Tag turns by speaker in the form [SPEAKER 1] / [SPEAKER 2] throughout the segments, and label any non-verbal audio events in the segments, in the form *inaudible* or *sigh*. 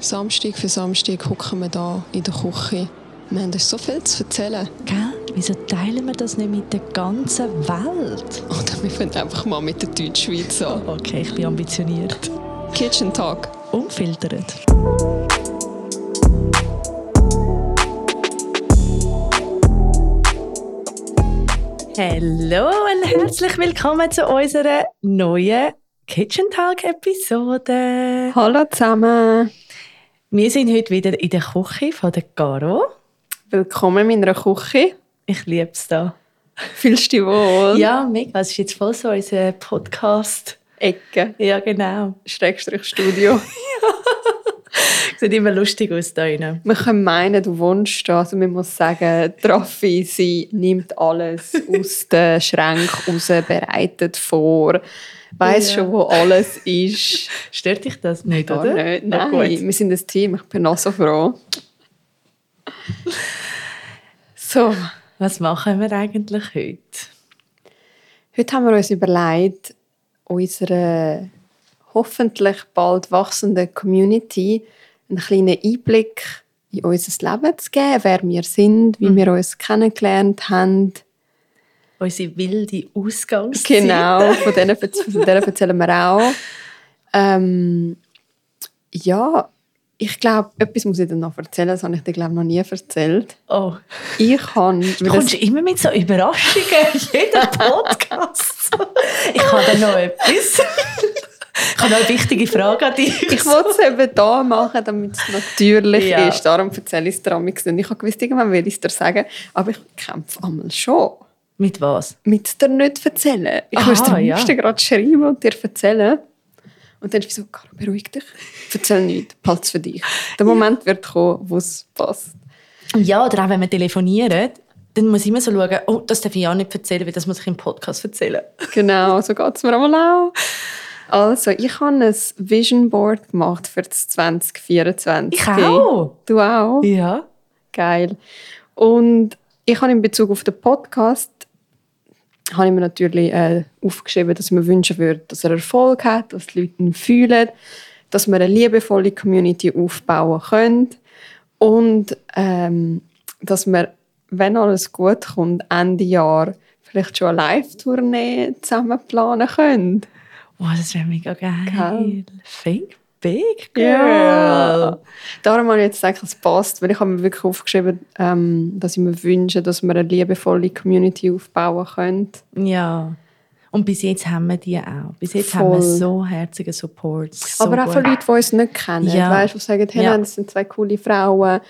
[SPEAKER 1] Samstag für Samstag hocken wir da in der Küche. Wir haben uns so viel zu erzählen.
[SPEAKER 2] Gell? Wieso teilen wir das nicht mit der ganzen Welt?
[SPEAKER 1] Oder wir fangen einfach mal mit der Deutschschweiz an.
[SPEAKER 2] Okay, ich bin ambitioniert.
[SPEAKER 1] Kitchen Talk.
[SPEAKER 2] Unfiltert. Hallo und herzlich willkommen zu unserer neuen Kitchen Talk Episode.
[SPEAKER 3] Hallo zusammen.
[SPEAKER 2] Wir sind heute wieder in der Küche von der Caro.
[SPEAKER 3] Willkommen in meiner Küche.
[SPEAKER 2] Ich liebe es da.
[SPEAKER 3] Fühlst du dich wohl?
[SPEAKER 2] Ja, mega. Es ist jetzt voll so unser Podcast.
[SPEAKER 3] Ecke,
[SPEAKER 2] Ja, genau.
[SPEAKER 3] Schrägstrich Studio.
[SPEAKER 2] Sieht immer lustig aus da drinnen.
[SPEAKER 3] Man kann meinen, du wohnst da. Also man muss sagen, die Raffi, sie nimmt alles aus den Schränken raus, bereitet vor, weiß
[SPEAKER 2] Ja.
[SPEAKER 3] schon, wo alles ist.
[SPEAKER 2] Stört dich das nicht,
[SPEAKER 3] Gar
[SPEAKER 2] oder? Ah,
[SPEAKER 3] nicht.
[SPEAKER 2] Na
[SPEAKER 3] Nein, wir sind ein Team. Ich bin noch so froh. So,
[SPEAKER 2] Was machen wir eigentlich heute?
[SPEAKER 3] Heute haben wir uns überlegt, unserer hoffentlich bald wachsenden Community einen kleinen Einblick in unser Leben zu geben, wer wir sind, wie wir uns kennengelernt haben.
[SPEAKER 2] Unsere wilde Ausgangszeit.
[SPEAKER 3] Genau, von denen, verz- von denen erzählen wir auch. Ähm, ja, ich glaube, etwas muss ich dir noch erzählen, das habe ich dir glaube ich, noch nie erzählt.
[SPEAKER 2] Oh,
[SPEAKER 3] Ich habe...
[SPEAKER 2] du kommst immer mit so Überraschungen
[SPEAKER 3] *laughs*
[SPEAKER 2] in jedem Podcast. ich habe da noch etwas. ich habe noch eine wichtige Frage an dich.
[SPEAKER 3] Ich wollte es eben da machen, damit es natürlich
[SPEAKER 2] Ja.
[SPEAKER 3] ist. Darum erzähle ich es dir amigs nicht. Ich habe gewusst, irgendwann will ich es dir sagen, aber ich kämpfe einmal schon.
[SPEAKER 2] Mit was?
[SPEAKER 3] Mit es dir nicht erzählen. Ich
[SPEAKER 2] Aha,
[SPEAKER 3] muss dir am
[SPEAKER 2] ja.
[SPEAKER 3] liebsten gerade schreiben und dir erzählen. Und dann ist es so, Caro, beruhig dich. Erzähl nichts, behalte es für dich. Der Moment wird kommen, wo es passt.
[SPEAKER 2] Ja, oder auch wenn wir telefonieren, dann muss ich immer so schauen, oh, das darf ich auch nicht erzählen, weil das muss ich im Podcast erzählen.
[SPEAKER 3] Genau, so geht es mir einmal auch. Also, ich habe ein Vision Board gemacht für das 2024.
[SPEAKER 2] Ich auch.
[SPEAKER 3] Du auch?
[SPEAKER 2] Ja.
[SPEAKER 3] Geil. Und ich habe in Bezug auf den Podcast habe ich mir natürlich äh, aufgeschrieben, dass ich mir wünschen würde, dass er Erfolg hat, dass die Leute ihn fühlen, dass wir eine liebevolle Community aufbauen können und ähm, dass wir, wenn alles gut kommt, Ende Jahr vielleicht schon eine Live-Tournee zusammen planen können.
[SPEAKER 2] Wow, das wäre mega geil.
[SPEAKER 3] Geil.
[SPEAKER 2] Think big, girl.
[SPEAKER 3] Ja. Darum habe ich jetzt gedacht, es passt, weil ich habe mir wirklich aufgeschrieben, ähm, dass ich mir wünsche, dass wir eine liebevolle Community aufbauen können.
[SPEAKER 2] Ja. Und bis jetzt haben wir die auch. Bis jetzt haben wir
[SPEAKER 3] Voll.
[SPEAKER 2] so herzigen Support. So
[SPEAKER 3] Aber auch von
[SPEAKER 2] gut.
[SPEAKER 3] Leuten, die uns nicht kennen.
[SPEAKER 2] Ja.
[SPEAKER 3] Weißt, die sagen, hey,
[SPEAKER 2] Ja.
[SPEAKER 3] das sind zwei coole Frauen,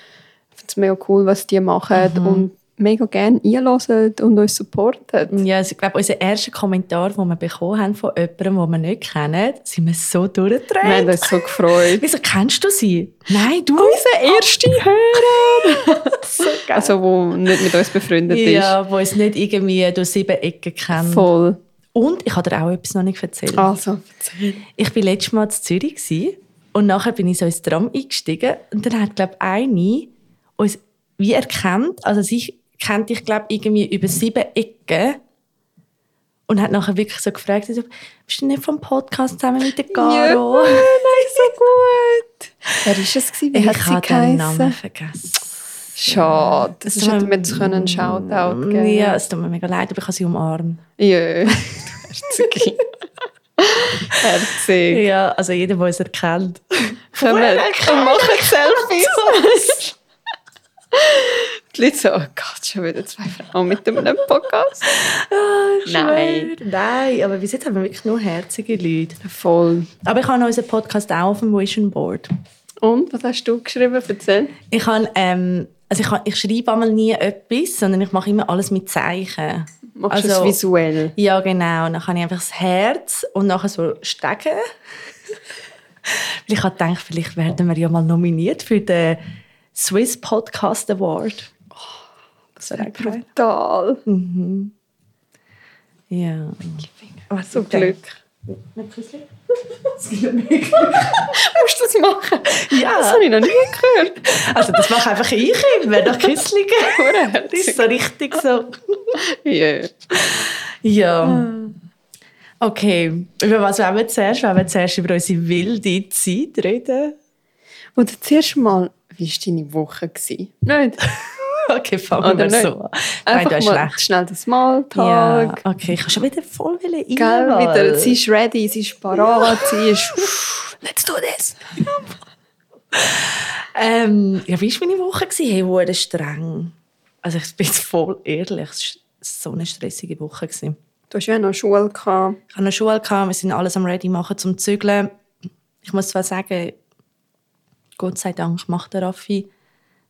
[SPEAKER 3] ich finde es mega cool, was die machen und mega gerne einhören und uns supporten.
[SPEAKER 2] Ja, also ich glaube, unser erster Kommentar, den wir bekommen haben von jemandem, den wir nicht kennen, sind wir so
[SPEAKER 3] Wir haben
[SPEAKER 2] durchgedreht.
[SPEAKER 3] uns so *laughs* gefreut.
[SPEAKER 2] Wieso kennst du sie? Nein,
[SPEAKER 3] Oh,
[SPEAKER 2] du?
[SPEAKER 3] Unser erster Hörer!
[SPEAKER 2] so
[SPEAKER 3] Also, der nicht mit uns befreundet
[SPEAKER 2] ja, wo es nicht irgendwie durch sieben Ecken
[SPEAKER 3] ist.
[SPEAKER 2] kennt.
[SPEAKER 3] Voll.
[SPEAKER 2] Und ich habe dir auch etwas noch nicht erzählt.
[SPEAKER 3] Also,
[SPEAKER 2] Ich war letztes Mal in Zürich gewesen, und nachher bin ich so ins Tram eingestiegen und dann hat, glaube ich, eine uns wie erkannt, also sie kennt dich, glaube ich, irgendwie über sieben Ecken und hat nachher wirklich so gefragt, sie so, bist du nicht vom Podcast zusammen mit der Caro?
[SPEAKER 3] Ja, *laughs* nein, so gut. Wer war es? gewesen? Wie hat
[SPEAKER 2] ich
[SPEAKER 3] sie
[SPEAKER 2] habe den
[SPEAKER 3] geheißen?
[SPEAKER 2] Namen vergessen.
[SPEAKER 3] Schade. Das
[SPEAKER 2] Es
[SPEAKER 3] ist,
[SPEAKER 2] tut
[SPEAKER 3] hätten
[SPEAKER 2] mir-
[SPEAKER 3] wir jetzt können einen Shoutout geben
[SPEAKER 2] Mm, Ja, es tut mir mega leid, aber ich habe sie umarmt.
[SPEAKER 3] Jö. Herzig. Herzig.
[SPEAKER 2] Ja, also jeder, der es erkennt.
[SPEAKER 3] Kommt und machen
[SPEAKER 2] *laughs*
[SPEAKER 3] Selfies. Die Leute so, oh Gott, schon wieder zwei Frauen mit einem Podcast.
[SPEAKER 2] Ah,
[SPEAKER 3] Nein.
[SPEAKER 2] Schwör. Nein, aber bis jetzt haben wir wirklich nur herzige Leute.
[SPEAKER 3] Voll.
[SPEAKER 2] Aber ich habe noch unseren Podcast auch auf dem Vision Board.
[SPEAKER 3] Und, was hast du geschrieben? Erzähl.
[SPEAKER 2] Ich, habe, ähm, also ich, habe, ich schreibe einmal nie etwas, sondern ich mache immer alles mit Zeichen.
[SPEAKER 3] Machst
[SPEAKER 2] Also-
[SPEAKER 3] du es visuell?
[SPEAKER 2] Ja, genau. Und dann habe ich einfach das Herz und nachher so stecken. *laughs* Weil ich habe gedacht, vielleicht werden wir ja mal nominiert für den Swiss Podcast Award.
[SPEAKER 3] Das wäre brutal.
[SPEAKER 2] Ja. Was
[SPEAKER 3] So Glück. Musst du das machen?
[SPEAKER 2] Ja.
[SPEAKER 3] Das habe ich noch nie gehört.
[SPEAKER 2] *laughs* Also das mache einfach ich immer, nach Küssligen.
[SPEAKER 3] *laughs* Verdammt.
[SPEAKER 2] Das ist so richtig so.
[SPEAKER 3] Jö.
[SPEAKER 2] Ja. Okay, über was wollen wir zuerst? Wollen wir zuerst über unsere wilde Zeit reden?
[SPEAKER 3] Oder zuerst mal, wie war deine Woche? Gewesen? Nicht?
[SPEAKER 2] *laughs* Okay, fangen
[SPEAKER 3] Oder
[SPEAKER 2] wir
[SPEAKER 3] nicht?
[SPEAKER 2] so an. Nein,
[SPEAKER 3] Einfach
[SPEAKER 2] du hast
[SPEAKER 3] mal
[SPEAKER 2] recht.
[SPEAKER 3] schnell den Smalltalk.
[SPEAKER 2] Ja, okay, ich kann schon wieder voll rein.
[SPEAKER 3] Gell, wieder, sie ist ready, sie ist parat, sie ist...
[SPEAKER 2] Let's do this. *laughs* ähm, ja, wie war meine Woche? gewesen? Hey, wurde streng. Also ich bin jetzt voll ehrlich, es war so eine stressige Woche. Gewesen.
[SPEAKER 3] Du hast ja noch Schule gehabt.
[SPEAKER 2] Ich hatte eine Schule, gehabt, wir sind alles am ready machen zum Zügeln. Ich muss zwar sagen, Gott sei Dank macht der Raffi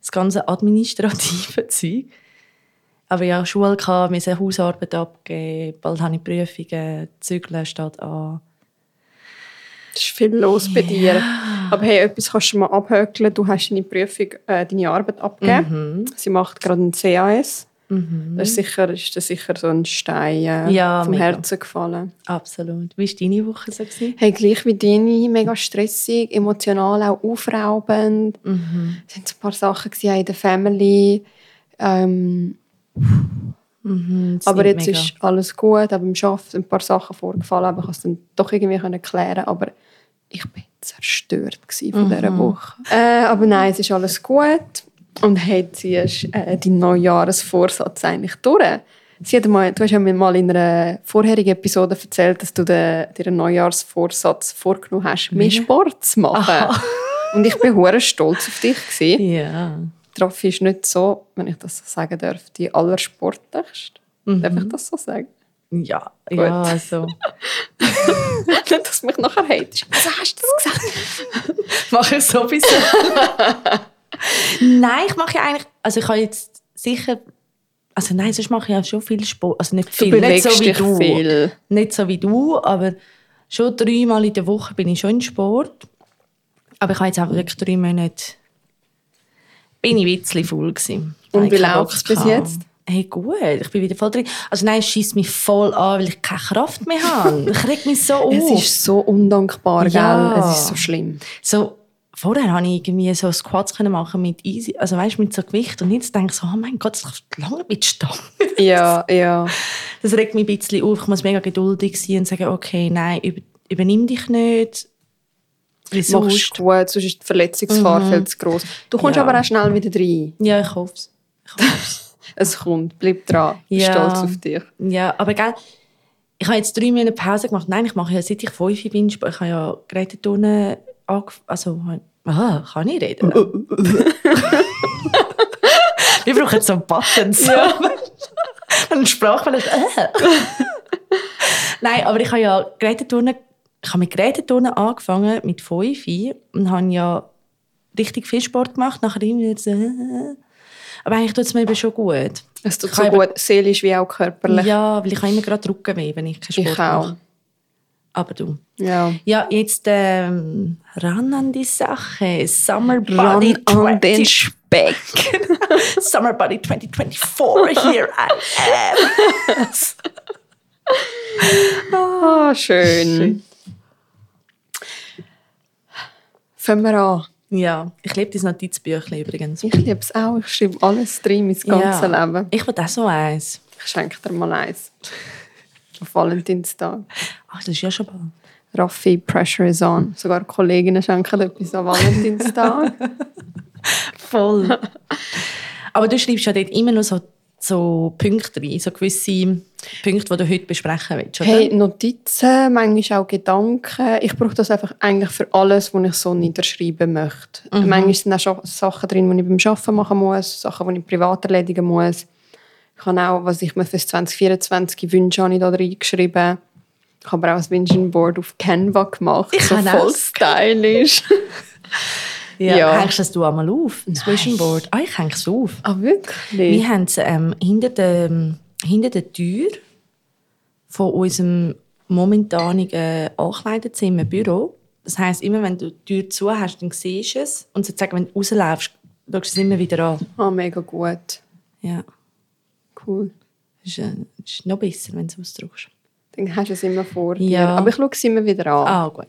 [SPEAKER 2] das ganze administrative *laughs* Zeug. Aber ja, Schule, gehabt, müssen Hausarbeit abgeben, bald habe ich Prüfungen, Zügeln steht an.
[SPEAKER 3] Es ist viel los bei dir. Aber hey, etwas kannst du mal abhökeln. Du hast deine Prüfung, äh, deine Arbeit abgegeben.
[SPEAKER 2] Mhm.
[SPEAKER 3] Sie macht gerade ein CAS. Das ist sicher, ist das sicher so ein Stein äh,
[SPEAKER 2] Ja,
[SPEAKER 3] vom
[SPEAKER 2] mega.
[SPEAKER 3] Herzen gefallen.
[SPEAKER 2] Absolut. Wie war deine Woche so? gewesen?
[SPEAKER 3] Hey, gleich wie deine, mega stressig, emotional auch aufraubend.
[SPEAKER 2] Mhm.
[SPEAKER 3] Es waren so ein paar Sachen gewesen, auch in der Family. Ähm,
[SPEAKER 2] Das
[SPEAKER 3] aber
[SPEAKER 2] nimmt
[SPEAKER 3] jetzt
[SPEAKER 2] mega.
[SPEAKER 3] ist alles gut. Aber im Schaff sind ein paar Sachen vorgefallen, aber ich konnte es dann doch irgendwie können klären. Aber ich bin zerstört gewesen von
[SPEAKER 2] Mhm.
[SPEAKER 3] dieser Woche. Äh, aber nein, es ist alles gut. Und hey, sie ist äh, dein Neujahresvorsatz eigentlich durch. Sie hat mal, du hast ja mir mal in einer vorherigen Episode erzählt, dass du den, dir einen Neujahrsvorsatz vorgenommen hast, mehr Sport zu machen. Und ich bin hure stolz auf dich. Gewesen.
[SPEAKER 2] Ja.
[SPEAKER 3] Raffi ist nicht so, wenn ich das so sagen darf, die allersportlichste.
[SPEAKER 2] Mhm.
[SPEAKER 3] Darf ich das so sagen? *laughs*
[SPEAKER 2] Ja, ja,
[SPEAKER 3] Gut.
[SPEAKER 2] also.
[SPEAKER 3] nicht, dass du mich nachher hatest. Wieso hast du das gesagt?
[SPEAKER 2] mache ich sowieso. *laughs* nein, ich mache ja eigentlich, also ich habe jetzt sicher, also nein, sonst mache ich ja schon viel Sport, also nicht viel, nicht so wie du.
[SPEAKER 3] viel.
[SPEAKER 2] Nicht so wie du, aber schon dreimal in der Woche bin ich schon im Sport. Aber ich habe jetzt auch wirklich drei Monate, bin ich ein bisschen faul gewesen.
[SPEAKER 3] Und wie
[SPEAKER 2] Habe ich keinen
[SPEAKER 3] läuft's
[SPEAKER 2] Bock
[SPEAKER 3] bis
[SPEAKER 2] gehabt.
[SPEAKER 3] jetzt?
[SPEAKER 2] Hey, gut, ich bin wieder voll drin. Also nein, es schießt mich voll an, weil ich keine Kraft mehr habe. Ich reg mich so
[SPEAKER 3] *laughs*
[SPEAKER 2] auf.
[SPEAKER 3] Es ist so undankbar,
[SPEAKER 2] Oh. Ja.
[SPEAKER 3] gell? Es ist so
[SPEAKER 2] *laughs*
[SPEAKER 3] schlimm.
[SPEAKER 2] So, vorher konnte ich irgendwie so Squats können machen mit easy, also weißt, mit so Gewicht und jetzt denke ich so, oh mein Gott, das läuft lange mit Stangen.
[SPEAKER 3] Ja, ja.
[SPEAKER 2] *laughs* Das regt mich ein bisschen auf, ich muss mega geduldig sein und sagen, okay, nein, über, übernimm dich nicht. Wieso?
[SPEAKER 3] Machst du gut, sonst ist die Verletzungsgefahr viel zu gross. Du kommst
[SPEAKER 2] Mhm. Ja.
[SPEAKER 3] aber auch schnell wieder rein.
[SPEAKER 2] Ja, ich hoffe es.
[SPEAKER 3] Es kommt, bleib dran. Ich bin
[SPEAKER 2] Ja.
[SPEAKER 3] stolz auf dich.
[SPEAKER 2] Ja, aber gell, ich habe jetzt drei Monate Pause gemacht. Nein, ich mache ja, seit ich fünf bin, Sport. ich habe ja Geräteturnen angefangen. Also, ah, kann ich reden? *laughs* Wir brauchen so Buttons. *laughs* Ja. Eine Sprache, weil ich, äh. *laughs* Nein, aber ich habe ja Geräteturnen, ich habe mit Geräteturnen angefangen, mit fünf und habe ja richtig viel Sport gemacht. Nachher immer jetzt, äh. Aber eigentlich tut es mir eben schon gut.
[SPEAKER 3] Es tut
[SPEAKER 2] Ich
[SPEAKER 3] so
[SPEAKER 2] kann
[SPEAKER 3] gut, seelisch wie auch körperlich.
[SPEAKER 2] Ja, weil ich habe immer gerade Rückenweh, wenn ich keinen Sport
[SPEAKER 3] Ich auch.
[SPEAKER 2] mache. Aber du.
[SPEAKER 3] Ja.
[SPEAKER 2] Ja, jetzt ähm, ran an die Sache. Summer Body
[SPEAKER 3] Ran an
[SPEAKER 2] 20
[SPEAKER 3] den Speck.
[SPEAKER 2] *laughs* Summer Body 2024, here I am.
[SPEAKER 3] Ah, schön. Fangen wir an.
[SPEAKER 2] ja, ich liebe dieses Notizbüchlein übrigens.
[SPEAKER 3] Ich liebe es auch. Ich schreibe alles drin, mein ganzes
[SPEAKER 2] Ja.
[SPEAKER 3] Leben.
[SPEAKER 2] Ich will auch so eins.
[SPEAKER 3] Ich schenke dir mal eins. Auf Valentinstag.
[SPEAKER 2] Ach, das ist ja schon bald.
[SPEAKER 3] Raffi, Pressure is on. Sogar Kolleginnen schenken etwas an Valentinstag.
[SPEAKER 2] Voll. *laughs* Aber du schreibst ja dort immer noch so, so Punkte rein, so gewisse Punkte, die du heute besprechen willst, oder?
[SPEAKER 3] hey, Notizen, manchmal auch Gedanken. Ich brauche das einfach eigentlich für alles, was ich so niederschreiben möchte.
[SPEAKER 2] Mhm.
[SPEAKER 3] Manchmal sind auch Scha- Sachen drin, die ich beim Arbeiten machen muss, Sachen, die ich privat erledigen muss. Ich habe auch, was ich mir für 2024 wünsche, habe ich da reingeschrieben. Ich habe aber auch ein Vision Board auf Canva gemacht.
[SPEAKER 2] Ich
[SPEAKER 3] so
[SPEAKER 2] habe
[SPEAKER 3] voll
[SPEAKER 2] auch-
[SPEAKER 3] stylisch.
[SPEAKER 2] ja.
[SPEAKER 3] ja.
[SPEAKER 2] Hängst das du einmal auf? Das Vision Board. *laughs* Ah, ich hänge es auf.
[SPEAKER 3] Ah, wirklich?
[SPEAKER 2] Wir haben es ähm, hinter, der, hinter der Tür von unserem momentanigen äh, Ankleidezimmer, Büro. Das heisst, immer wenn du die Tür zu hast, dann siehst du es. Und sozusagen, wenn du rausläufst, schaust du es immer wieder an.
[SPEAKER 3] Ah, mega gut.
[SPEAKER 2] Ja.
[SPEAKER 3] Cool.
[SPEAKER 2] Das ist, äh, das ist noch besser, wenn du es ausdruckst.
[SPEAKER 3] Dann hast du es immer vor dir.
[SPEAKER 2] Ja.
[SPEAKER 3] Aber ich schaue es immer wieder an.
[SPEAKER 2] Ah, gut.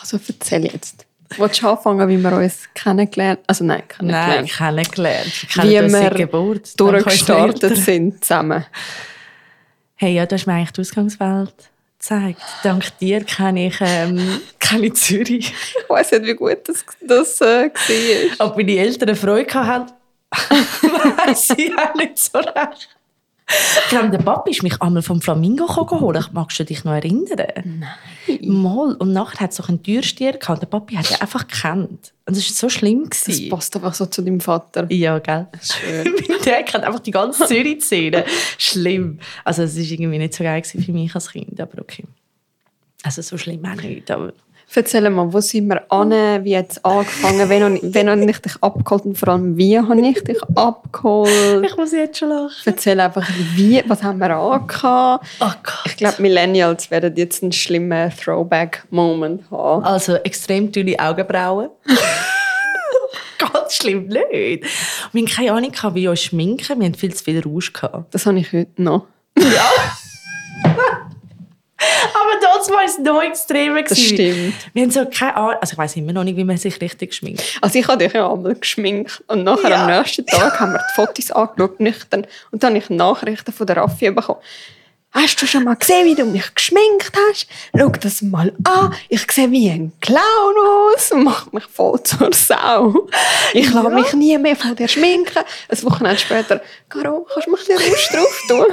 [SPEAKER 3] Also erzähl jetzt. Willst du anfangen, wie wir uns kennengelernt Also nein,
[SPEAKER 2] Nein,
[SPEAKER 3] kennengelernt.
[SPEAKER 2] kennengelernt.
[SPEAKER 3] Wie
[SPEAKER 2] Wie wir
[SPEAKER 3] wir
[SPEAKER 2] Geburt. Dann kannst du
[SPEAKER 3] Durchgestartet
[SPEAKER 2] nicht-
[SPEAKER 3] sind zusammen.
[SPEAKER 2] Hey, ja, du hast mir eigentlich die Ausgangswelt gezeigt. Dank dir kenne ich ähm, keine Zürich.
[SPEAKER 3] Ich weiss nicht, wie gut das, das äh, war.
[SPEAKER 2] Ob meine Eltern Freude gehabt haben, *laughs* weiss ich auch nicht so recht. Vor allem der Papa ist mich einmal vom Flamingo geholt. Magst du dich noch erinnern? Nein. Mal. Und nachher hat es auch einen Türstier gehabt. Der Papi hat ihn einfach gekannt. Und es war so schlimm.
[SPEAKER 3] Das
[SPEAKER 2] Gewesen.
[SPEAKER 3] passt einfach so zu deinem Vater.
[SPEAKER 2] ja, gell?
[SPEAKER 3] Schön.
[SPEAKER 2] *laughs* mein Dad kennt einfach die ganze Zürich-Szene. Schlimm. Also es war irgendwie nicht so geil gewesen für mich als Kind, aber okay. Also so schlimm auch nicht, aber...
[SPEAKER 3] Erzähl mal, wo sind wir an? Wie hat es angefangen? Wen habe ich- wen habe ich dich abgeholt? Und vor allem, wie habe ich dich abgeholt?
[SPEAKER 2] Ich muss jetzt schon lachen.
[SPEAKER 3] Erzähl einfach, wie, was haben wir angehabt?
[SPEAKER 2] Oh Gott.
[SPEAKER 3] Ich glaube, Millennials werden jetzt einen schlimmen Throwback-Moment haben.
[SPEAKER 2] Also extrem dünne Augenbrauen. *laughs* Ganz schlimm nicht. Und wir hatten keine Ahnung, gehabt, wie uns schminken. Wir hatten viel zu viel Rausch. Gehabt.
[SPEAKER 3] Das habe ich heute noch.
[SPEAKER 2] Aber das war es noch extremer.
[SPEAKER 3] Das
[SPEAKER 2] gewesen.
[SPEAKER 3] stimmt.
[SPEAKER 2] Wir haben so keine Ahnung. Also ich weiss immer noch nicht, wie man sich richtig schminkt.
[SPEAKER 3] Also ich habe dich ja einmal geschminkt und nachher
[SPEAKER 2] Ja.
[SPEAKER 3] am nächsten Tag haben wir die Fotos angeschaut, nüchtern. Und dann habe ich Nachrichten von der Raffi bekommen. Hast du schon mal gesehen, wie du mich geschminkt hast? Schau das mal an. Ich sehe wie ein Clown aus und mache mich voll zur Sau. Ich lasse mich nie mehr von dir schminken. Ein Wochenende später, Caro, kannst du mich den Rausch drauf tun?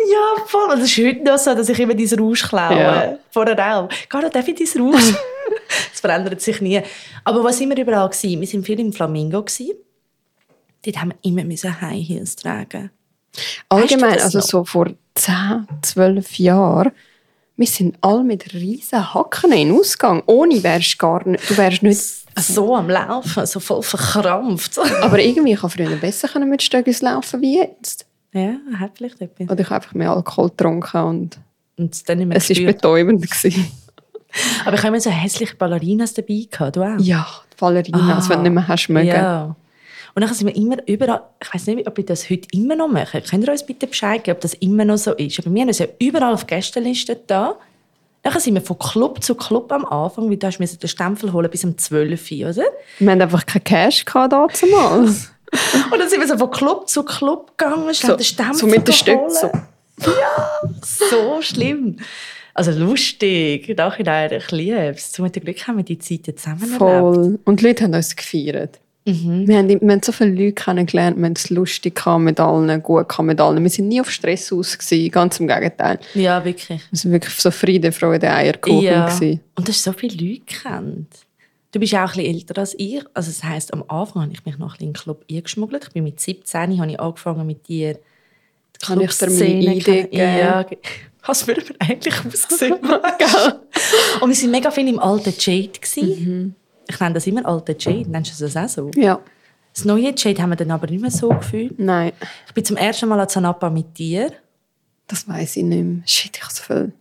[SPEAKER 2] Ja, voll. Und es ist heute noch so, dass ich immer dein Rausch klaue.
[SPEAKER 3] Ja.
[SPEAKER 2] Vor der Raum. Gar darf ich dein *laughs* Rausch? Es verändert sich nie. Aber was sind wir überall? Gewesen? Wir waren viel im Flamingo. Gewesen. Dort haben wir immer müssen High Heels tragen.
[SPEAKER 3] Allgemein,
[SPEAKER 2] das
[SPEAKER 3] also
[SPEAKER 2] noch?
[SPEAKER 3] so vor 10, 12 Jahren, wir sind alle mit riesen Hacken in den Ausgang. Ohne wärst du gar nicht, du wärst
[SPEAKER 2] *laughs*
[SPEAKER 3] nicht...
[SPEAKER 2] so am Laufen, so voll verkrampft. *laughs*
[SPEAKER 3] Aber irgendwie ich konnte früher besser können mit Stöckis laufen wie jetzt.
[SPEAKER 2] Ja, hat vielleicht etwas.
[SPEAKER 3] Oder ich habe einfach mehr Alkohol getrunken und
[SPEAKER 2] Und dann nicht mehr
[SPEAKER 3] es war
[SPEAKER 2] gespürt.
[SPEAKER 3] betäubend.
[SPEAKER 2] *laughs*
[SPEAKER 3] Gewesen.
[SPEAKER 2] Aber ich habe immer so hässliche Ballerinas dabei gehabt, du auch?
[SPEAKER 3] Ja, die Ballerina, als wenn du nicht mehr hast mögen.
[SPEAKER 2] Ah. Ja. Und dann sind wir immer überall, ich weiß nicht, ob wir das heute immer noch machen. Könnt ihr uns bitte Bescheid geben, ob das immer noch so ist? Aber wir haben uns ja überall auf Gästelisten da. Dann sind wir von Club zu Club am Anfang, weil du hast den Stempel holen bis um 12 Uhr, oder?
[SPEAKER 3] Wir hatten einfach keinen Cash gehabt damals.
[SPEAKER 2] Und dann sind wir so von Club zu Club gegangen, schnell
[SPEAKER 3] So-
[SPEAKER 2] den Stempel
[SPEAKER 3] so mit den Stücken,
[SPEAKER 2] geholt.
[SPEAKER 3] so.
[SPEAKER 2] Ja, so schlimm. Also lustig, im Nachhinein, ich liebe es. Zum Glück haben wir die Zeiten zusammen erlebt. Mhm.
[SPEAKER 3] Voll. Und die Leute haben uns gefeiert. Wir, haben, wir haben so viele Leute kennengelernt, wir haben es lustig gehabt mit allen, gut gehabt mit allen. Wir sind nie auf Stress aus, gewesen, ganz im Gegenteil.
[SPEAKER 2] Ja, wirklich.
[SPEAKER 3] Wir sind wirklich so Friede, Freude, Eierkuchen.
[SPEAKER 2] Ja.
[SPEAKER 3] Gewesen.
[SPEAKER 2] Und du hast so viele Leute kennt. Du bist auch ein bisschen älter als ich. Also das heisst, am Anfang habe ich mich noch ein bisschen in den Club eingeschmuggelt. Ich bin mit 17 habe ich angefangen mit dir die
[SPEAKER 3] Kann ich dir meine
[SPEAKER 2] Clubszene
[SPEAKER 3] ID
[SPEAKER 2] kennen-
[SPEAKER 3] geben?
[SPEAKER 2] Ja, ge- was würde man eigentlich
[SPEAKER 3] *laughs*
[SPEAKER 2] aussehen? weisst du? Und wir waren mega viel im alten Jade. Mhm. Ich nenne das immer alten Jade. Nennst du das auch so?
[SPEAKER 3] Ja,
[SPEAKER 2] Das neue Jade haben wir dann aber nicht mehr so gefühlt.
[SPEAKER 3] nein,
[SPEAKER 2] Ich bin zum ersten Mal an Zanapa mit dir.
[SPEAKER 3] das weiß ich nicht mehr. Shit, ich habe so viel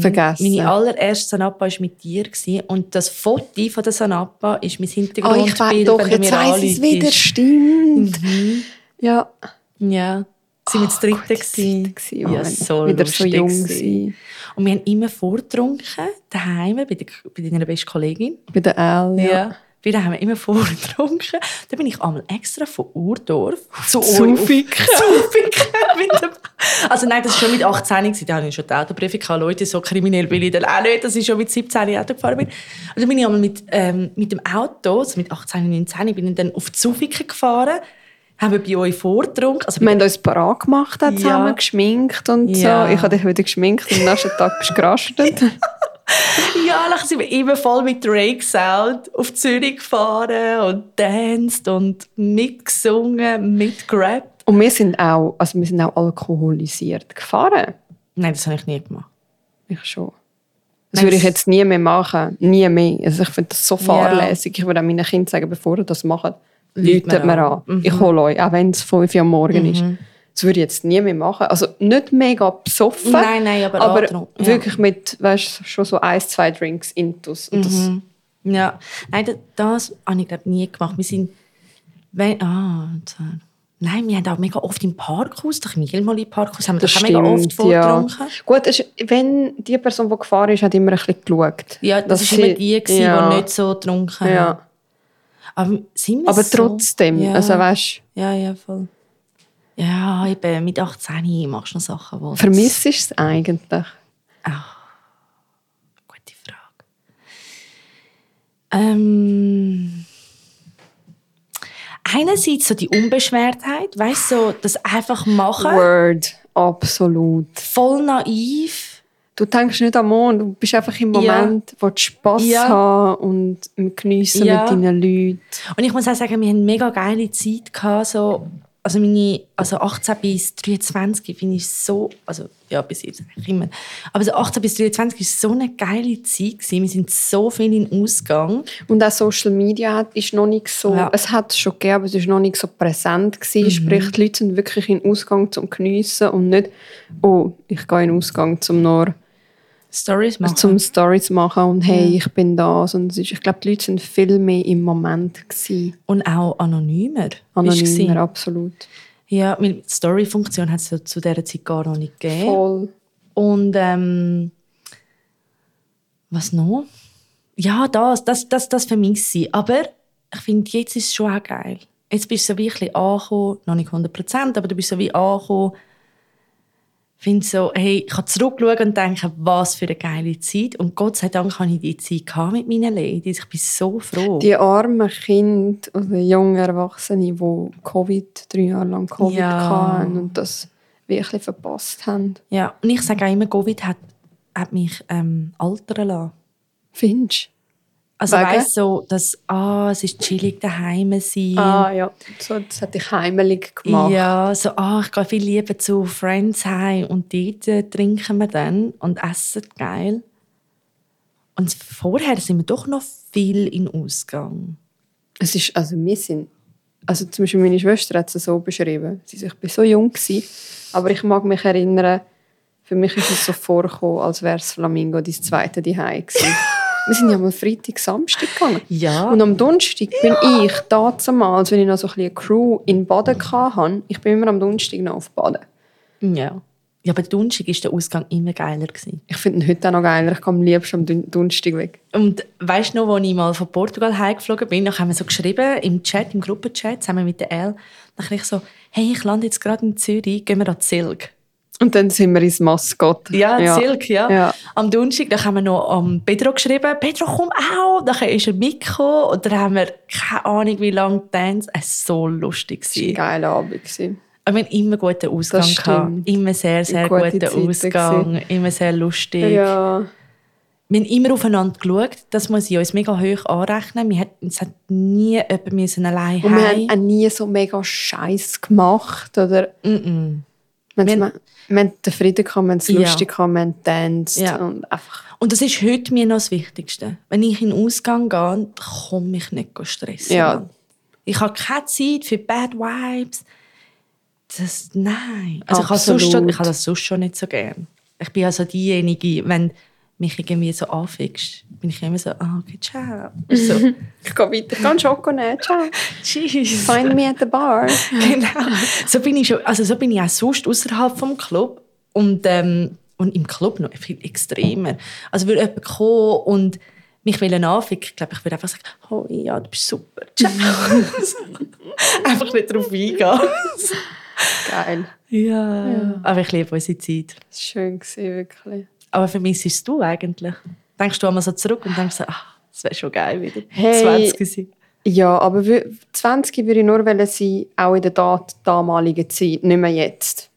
[SPEAKER 3] vergessen.
[SPEAKER 2] Mhm. Meine allererste Sanapa war mit dir. Gewesen. Und das Foto von der Sanapa ist mein
[SPEAKER 3] oh,
[SPEAKER 2] Hintergrundbild,
[SPEAKER 3] ich weiß doch,
[SPEAKER 2] wenn du
[SPEAKER 3] jetzt
[SPEAKER 2] mir
[SPEAKER 3] weiß ich es
[SPEAKER 2] anrufst.
[SPEAKER 3] wieder, stimmt. Ja,
[SPEAKER 2] Ja. Mhm. Sind wir das
[SPEAKER 3] Oh, gute
[SPEAKER 2] dritte
[SPEAKER 3] Zeit
[SPEAKER 2] gewesen.
[SPEAKER 3] gewesen,
[SPEAKER 2] Ja,
[SPEAKER 3] Mann.
[SPEAKER 2] so
[SPEAKER 3] Wieder
[SPEAKER 2] lustig
[SPEAKER 3] so jung
[SPEAKER 2] gewesen.
[SPEAKER 3] gewesen.
[SPEAKER 2] Und wir haben immer vorgetrunken, daheim, bei, der, bei deiner besten Kollegin.
[SPEAKER 3] bei der Elle. Ja.
[SPEAKER 2] Wir haben wir immer *laughs* vorgetrunken. Dann bin ich einmal extra von Urdorf zu *laughs*
[SPEAKER 3] Zufig.
[SPEAKER 2] Zufig. mit dem- also nein, das war schon mit 18. gewesen. Da hatte ich schon die Autoprüfung. gehabt. Leute, so kriminell bin ich dann auch nicht, dass ich schon mit 17 Auto gefahren bin. Und dann bin ich einmal mit, ähm, mit dem Auto, also mit 18, 19, bin ich dann auf Zufig gefahren. Haben wir bei euch vorgetrunken. Also bei
[SPEAKER 3] Wir
[SPEAKER 2] *laughs*
[SPEAKER 3] haben uns parat gemacht, auch
[SPEAKER 2] Ja.
[SPEAKER 3] zusammen geschminkt und
[SPEAKER 2] Ja.
[SPEAKER 3] so. Ich habe dich wieder geschminkt und am nächsten Tag bist du
[SPEAKER 2] *laughs*
[SPEAKER 3] gerastet.
[SPEAKER 2] Ja, dann sind wir immer voll mit Drake Sound auf Zürich gefahren und tanzt und mitgesungen, mitgerappt.
[SPEAKER 3] Und wir sind auch, also wir sind auch alkoholisiert gefahren.
[SPEAKER 2] Nein, das habe ich nie gemacht.
[SPEAKER 3] Ich schon. Das
[SPEAKER 2] Nein,
[SPEAKER 3] würde ich
[SPEAKER 2] das-
[SPEAKER 3] jetzt nie mehr machen. Nie mehr. Also ich finde das so fahrlässig. Ich würde auch meinen Kindern sagen, bevor ihr das macht,
[SPEAKER 2] Lügt
[SPEAKER 3] läutet
[SPEAKER 2] mir
[SPEAKER 3] mir
[SPEAKER 2] an.
[SPEAKER 3] an. Ich hole euch, auch wenn es 5 Uhr am Morgen
[SPEAKER 2] Mhm.
[SPEAKER 3] ist. Das würde ich jetzt nie mehr machen. Also nicht mega besoffen.
[SPEAKER 2] Nein, nein, aber angetrunken, ja.
[SPEAKER 3] wirklich mit, weißt du, schon so ein, zwei Drinks intus. Und
[SPEAKER 2] Mhm.
[SPEAKER 3] das,
[SPEAKER 2] Ja, nein, das, das habe ich glaube nie gemacht. Wir sind, wenn, ah, so. nein, wir haben auch mega oft im Parkhaus, doch mal im Parkhaus, haben wir
[SPEAKER 3] das
[SPEAKER 2] doch auch
[SPEAKER 3] stimmt,
[SPEAKER 2] mega oft
[SPEAKER 3] ja.
[SPEAKER 2] vorgetrunken.
[SPEAKER 3] Gut, es ist, wenn die Person, die gefahren ist, hat immer ein bisschen geschaut.
[SPEAKER 2] Ja, das
[SPEAKER 3] dass
[SPEAKER 2] war immer
[SPEAKER 3] sie-
[SPEAKER 2] die, gewesen,
[SPEAKER 3] ja.
[SPEAKER 2] die nicht so getrunken haben.
[SPEAKER 3] Ja.
[SPEAKER 2] Aber sind wir
[SPEAKER 3] Aber
[SPEAKER 2] so?
[SPEAKER 3] trotzdem,
[SPEAKER 2] Ja.
[SPEAKER 3] also weißt
[SPEAKER 2] Ja, ja, voll. Ja, eben, mit 18 machst du noch Sachen, die...
[SPEAKER 3] du, vermisst du es eigentlich?
[SPEAKER 2] Ach, gute Frage. Ähm, einerseits so die Unbeschwertheit, weißt du, so das einfach machen,
[SPEAKER 3] Word, absolut.
[SPEAKER 2] voll naiv.
[SPEAKER 3] Du denkst nicht an morgen, du bist einfach im
[SPEAKER 2] Ja.
[SPEAKER 3] Moment, wo du Spass
[SPEAKER 2] Ja.
[SPEAKER 3] haben und im Geniessen
[SPEAKER 2] Ja.
[SPEAKER 3] mit deinen Leuten.
[SPEAKER 2] Und ich muss auch sagen, wir hatten eine mega geile Zeit. Gehabt, so, also, meine, also 18 bis 23 finde ich so, also ja, bis jetzt eigentlich immer. Aber so 18 bis 23 war so eine geile Zeit. Gewesen. Wir sind so viel in den Ausgang.
[SPEAKER 3] Und auch Social Media hat, ist noch nicht so,
[SPEAKER 2] Ja. Mhm.
[SPEAKER 3] es hat es schon gegeben, aber es ist noch nicht so präsent gewesen. Sprich, die Leute sind wirklich in den Ausgang zum Geniessen und nicht, oh, ich gehe in den Ausgang zum nur
[SPEAKER 2] Stories machen.
[SPEAKER 3] zum Stories machen und hey, ich bin da. Und es ist, ich glaube, die Leute sind viel mehr im Moment gewesen.
[SPEAKER 2] Und auch anonymer. bist du
[SPEAKER 3] Anonymer,
[SPEAKER 2] gewesen.
[SPEAKER 3] absolut.
[SPEAKER 2] Ja, weil die Story-Funktion hat es ja zu dieser Zeit gar noch nicht gegeben.
[SPEAKER 3] Voll.
[SPEAKER 2] Und ähm, was noch? Ja, das, das, das, das vermisse ich. Aber ich finde, jetzt ist es schon auch geil. Jetzt bist du so wie ein bisschen angekommen, noch nicht 100 Prozent, aber du bist so wie angekommen. Ich finde so, hey, ich kann zurückschauen und denken, was für eine geile Zeit. Und Gott sei Dank habe ich die Zeit gehabt mit meinen Ladies. Ich bin so froh.
[SPEAKER 3] Die armen Kinder oder jungen Erwachsene, die Covid, drei Jahre lang Covid
[SPEAKER 2] Ja.
[SPEAKER 3] hatten und das wirklich verpasst haben.
[SPEAKER 2] Ja, und ich sage auch immer, Covid hat, hat mich ähm, altern lassen.
[SPEAKER 3] Findest
[SPEAKER 2] Also
[SPEAKER 3] Wegen?
[SPEAKER 2] weißt du, so, dass ah, es ist chillig daheim sein.
[SPEAKER 3] du? Ah ja, so, das hat dich heimelig gemacht.
[SPEAKER 2] Ja, so, ah, ich gehe viel lieber zu Friends heim und dort äh, trinken wir dann und essen geil. Und vorher sind wir doch noch viel in Ausgang.
[SPEAKER 3] Es ist, also wir sind, also zum Beispiel meine Schwester hat es so beschrieben. Sie sagt, ich war so jung, gewesen, aber ich mag mich erinnern, für mich ist es so vorgekommen, als wäre es Flamingo dein zweite Zuhause
[SPEAKER 2] *laughs*
[SPEAKER 3] gewesen. Wir sind ja mal Freitag, Samstag gegangen.
[SPEAKER 2] Ja.
[SPEAKER 3] Und am Donnerstag bin ich damals, wenn ich noch so ein bisschen eine Crew in Baden hatte, ich bin immer am Donnerstag noch auf Baden.
[SPEAKER 2] Ja. Ja, aber Donnerstag war der Ausgang immer geiler. Gewesen.
[SPEAKER 3] Ich finde ihn heute auch noch geiler. Ich komme am liebsten am Dun- Donnerstag weg.
[SPEAKER 2] Und weißt du noch, als ich mal von Portugal heimgeflogen bin, dann haben wir so geschrieben im Chat, im Gruppenchat, zusammen mit der Elle, dann habe ich so, hey, ich lande jetzt gerade in Zürich, gehen wir an die Silk.
[SPEAKER 3] Und dann sind wir ins Maskott.
[SPEAKER 2] Ja, *laughs* Silk, ja.
[SPEAKER 3] Ja.
[SPEAKER 2] Am Donnerstag dann haben wir noch am Pedro geschrieben, Pedro, komm auch. Dann ist er mitgekommen und dann haben wir keine Ahnung, wie lange Dance. Es war so lustig.
[SPEAKER 3] Das war ein
[SPEAKER 2] Gewesen.
[SPEAKER 3] geiler Abend. gewesen.
[SPEAKER 2] Wir hatten immer guten Ausgang.
[SPEAKER 3] Das
[SPEAKER 2] Gehabt.
[SPEAKER 3] stimmt.
[SPEAKER 2] Immer sehr, sehr
[SPEAKER 3] Gute
[SPEAKER 2] guten
[SPEAKER 3] Zeiten
[SPEAKER 2] Ausgang. Immer sehr lustig.
[SPEAKER 3] Ja.
[SPEAKER 2] Wir haben immer aufeinander geschaut. Das muss ich uns mega hoch anrechnen. Wir hat, es hat nie jemand müssen allein
[SPEAKER 3] Und wir
[SPEAKER 2] heim.
[SPEAKER 3] haben auch nie so mega Scheiß gemacht. Oder
[SPEAKER 2] Mm-mm.
[SPEAKER 3] wir,
[SPEAKER 2] Wir-
[SPEAKER 3] haben, wir haben den Frieden gehabt, wir haben es
[SPEAKER 2] Ja.
[SPEAKER 3] lustig gehabt, wir haben getanzt.
[SPEAKER 2] Ja.
[SPEAKER 3] Und einfach,
[SPEAKER 2] Und das ist heute mir noch das Wichtigste. Wenn ich in den Ausgang gehe, komme ich nicht stressen.
[SPEAKER 3] Ja.
[SPEAKER 2] Mann. Ich habe keine Zeit für Bad Vibes. Das, nein. Also ich habe, sonst schon,
[SPEAKER 3] Absolut.
[SPEAKER 2] ich habe das sonst schon nicht so gern. Ich bin also diejenige, wenn mich irgendwie so anfickst, bin ich immer so, ah, okay, ciao. So,
[SPEAKER 3] ich gehe weiter, ich gehe Schokolade, ciao. *laughs*
[SPEAKER 2] tschüss.
[SPEAKER 3] Find me at the bar.
[SPEAKER 2] genau. So bin ich schon, also so bin ich auch sonst außerhalb vom Club und ähm, und im Club noch viel extremer. Also würde jemand kommen und mich will anficken, ich glaube, ich würde einfach sagen, oh ja, du bist super,
[SPEAKER 3] *laughs*
[SPEAKER 2] ciao. einfach nicht drauf eingehen.
[SPEAKER 3] Geil.
[SPEAKER 2] ja. Aber ich liebe unsere Zeit.
[SPEAKER 3] Das war schön, gewesen, wirklich.
[SPEAKER 2] Aber für mich ist du eigentlich. Denkst du einmal so zurück und denkst so, ah, das wäre schon geil wieder.
[SPEAKER 3] Hey.
[SPEAKER 2] 20 gewesen.
[SPEAKER 3] Ja, aber wür- 20 würde ich nur wollen sein, auch in der Dat damaligen Zeit, nicht mehr jetzt.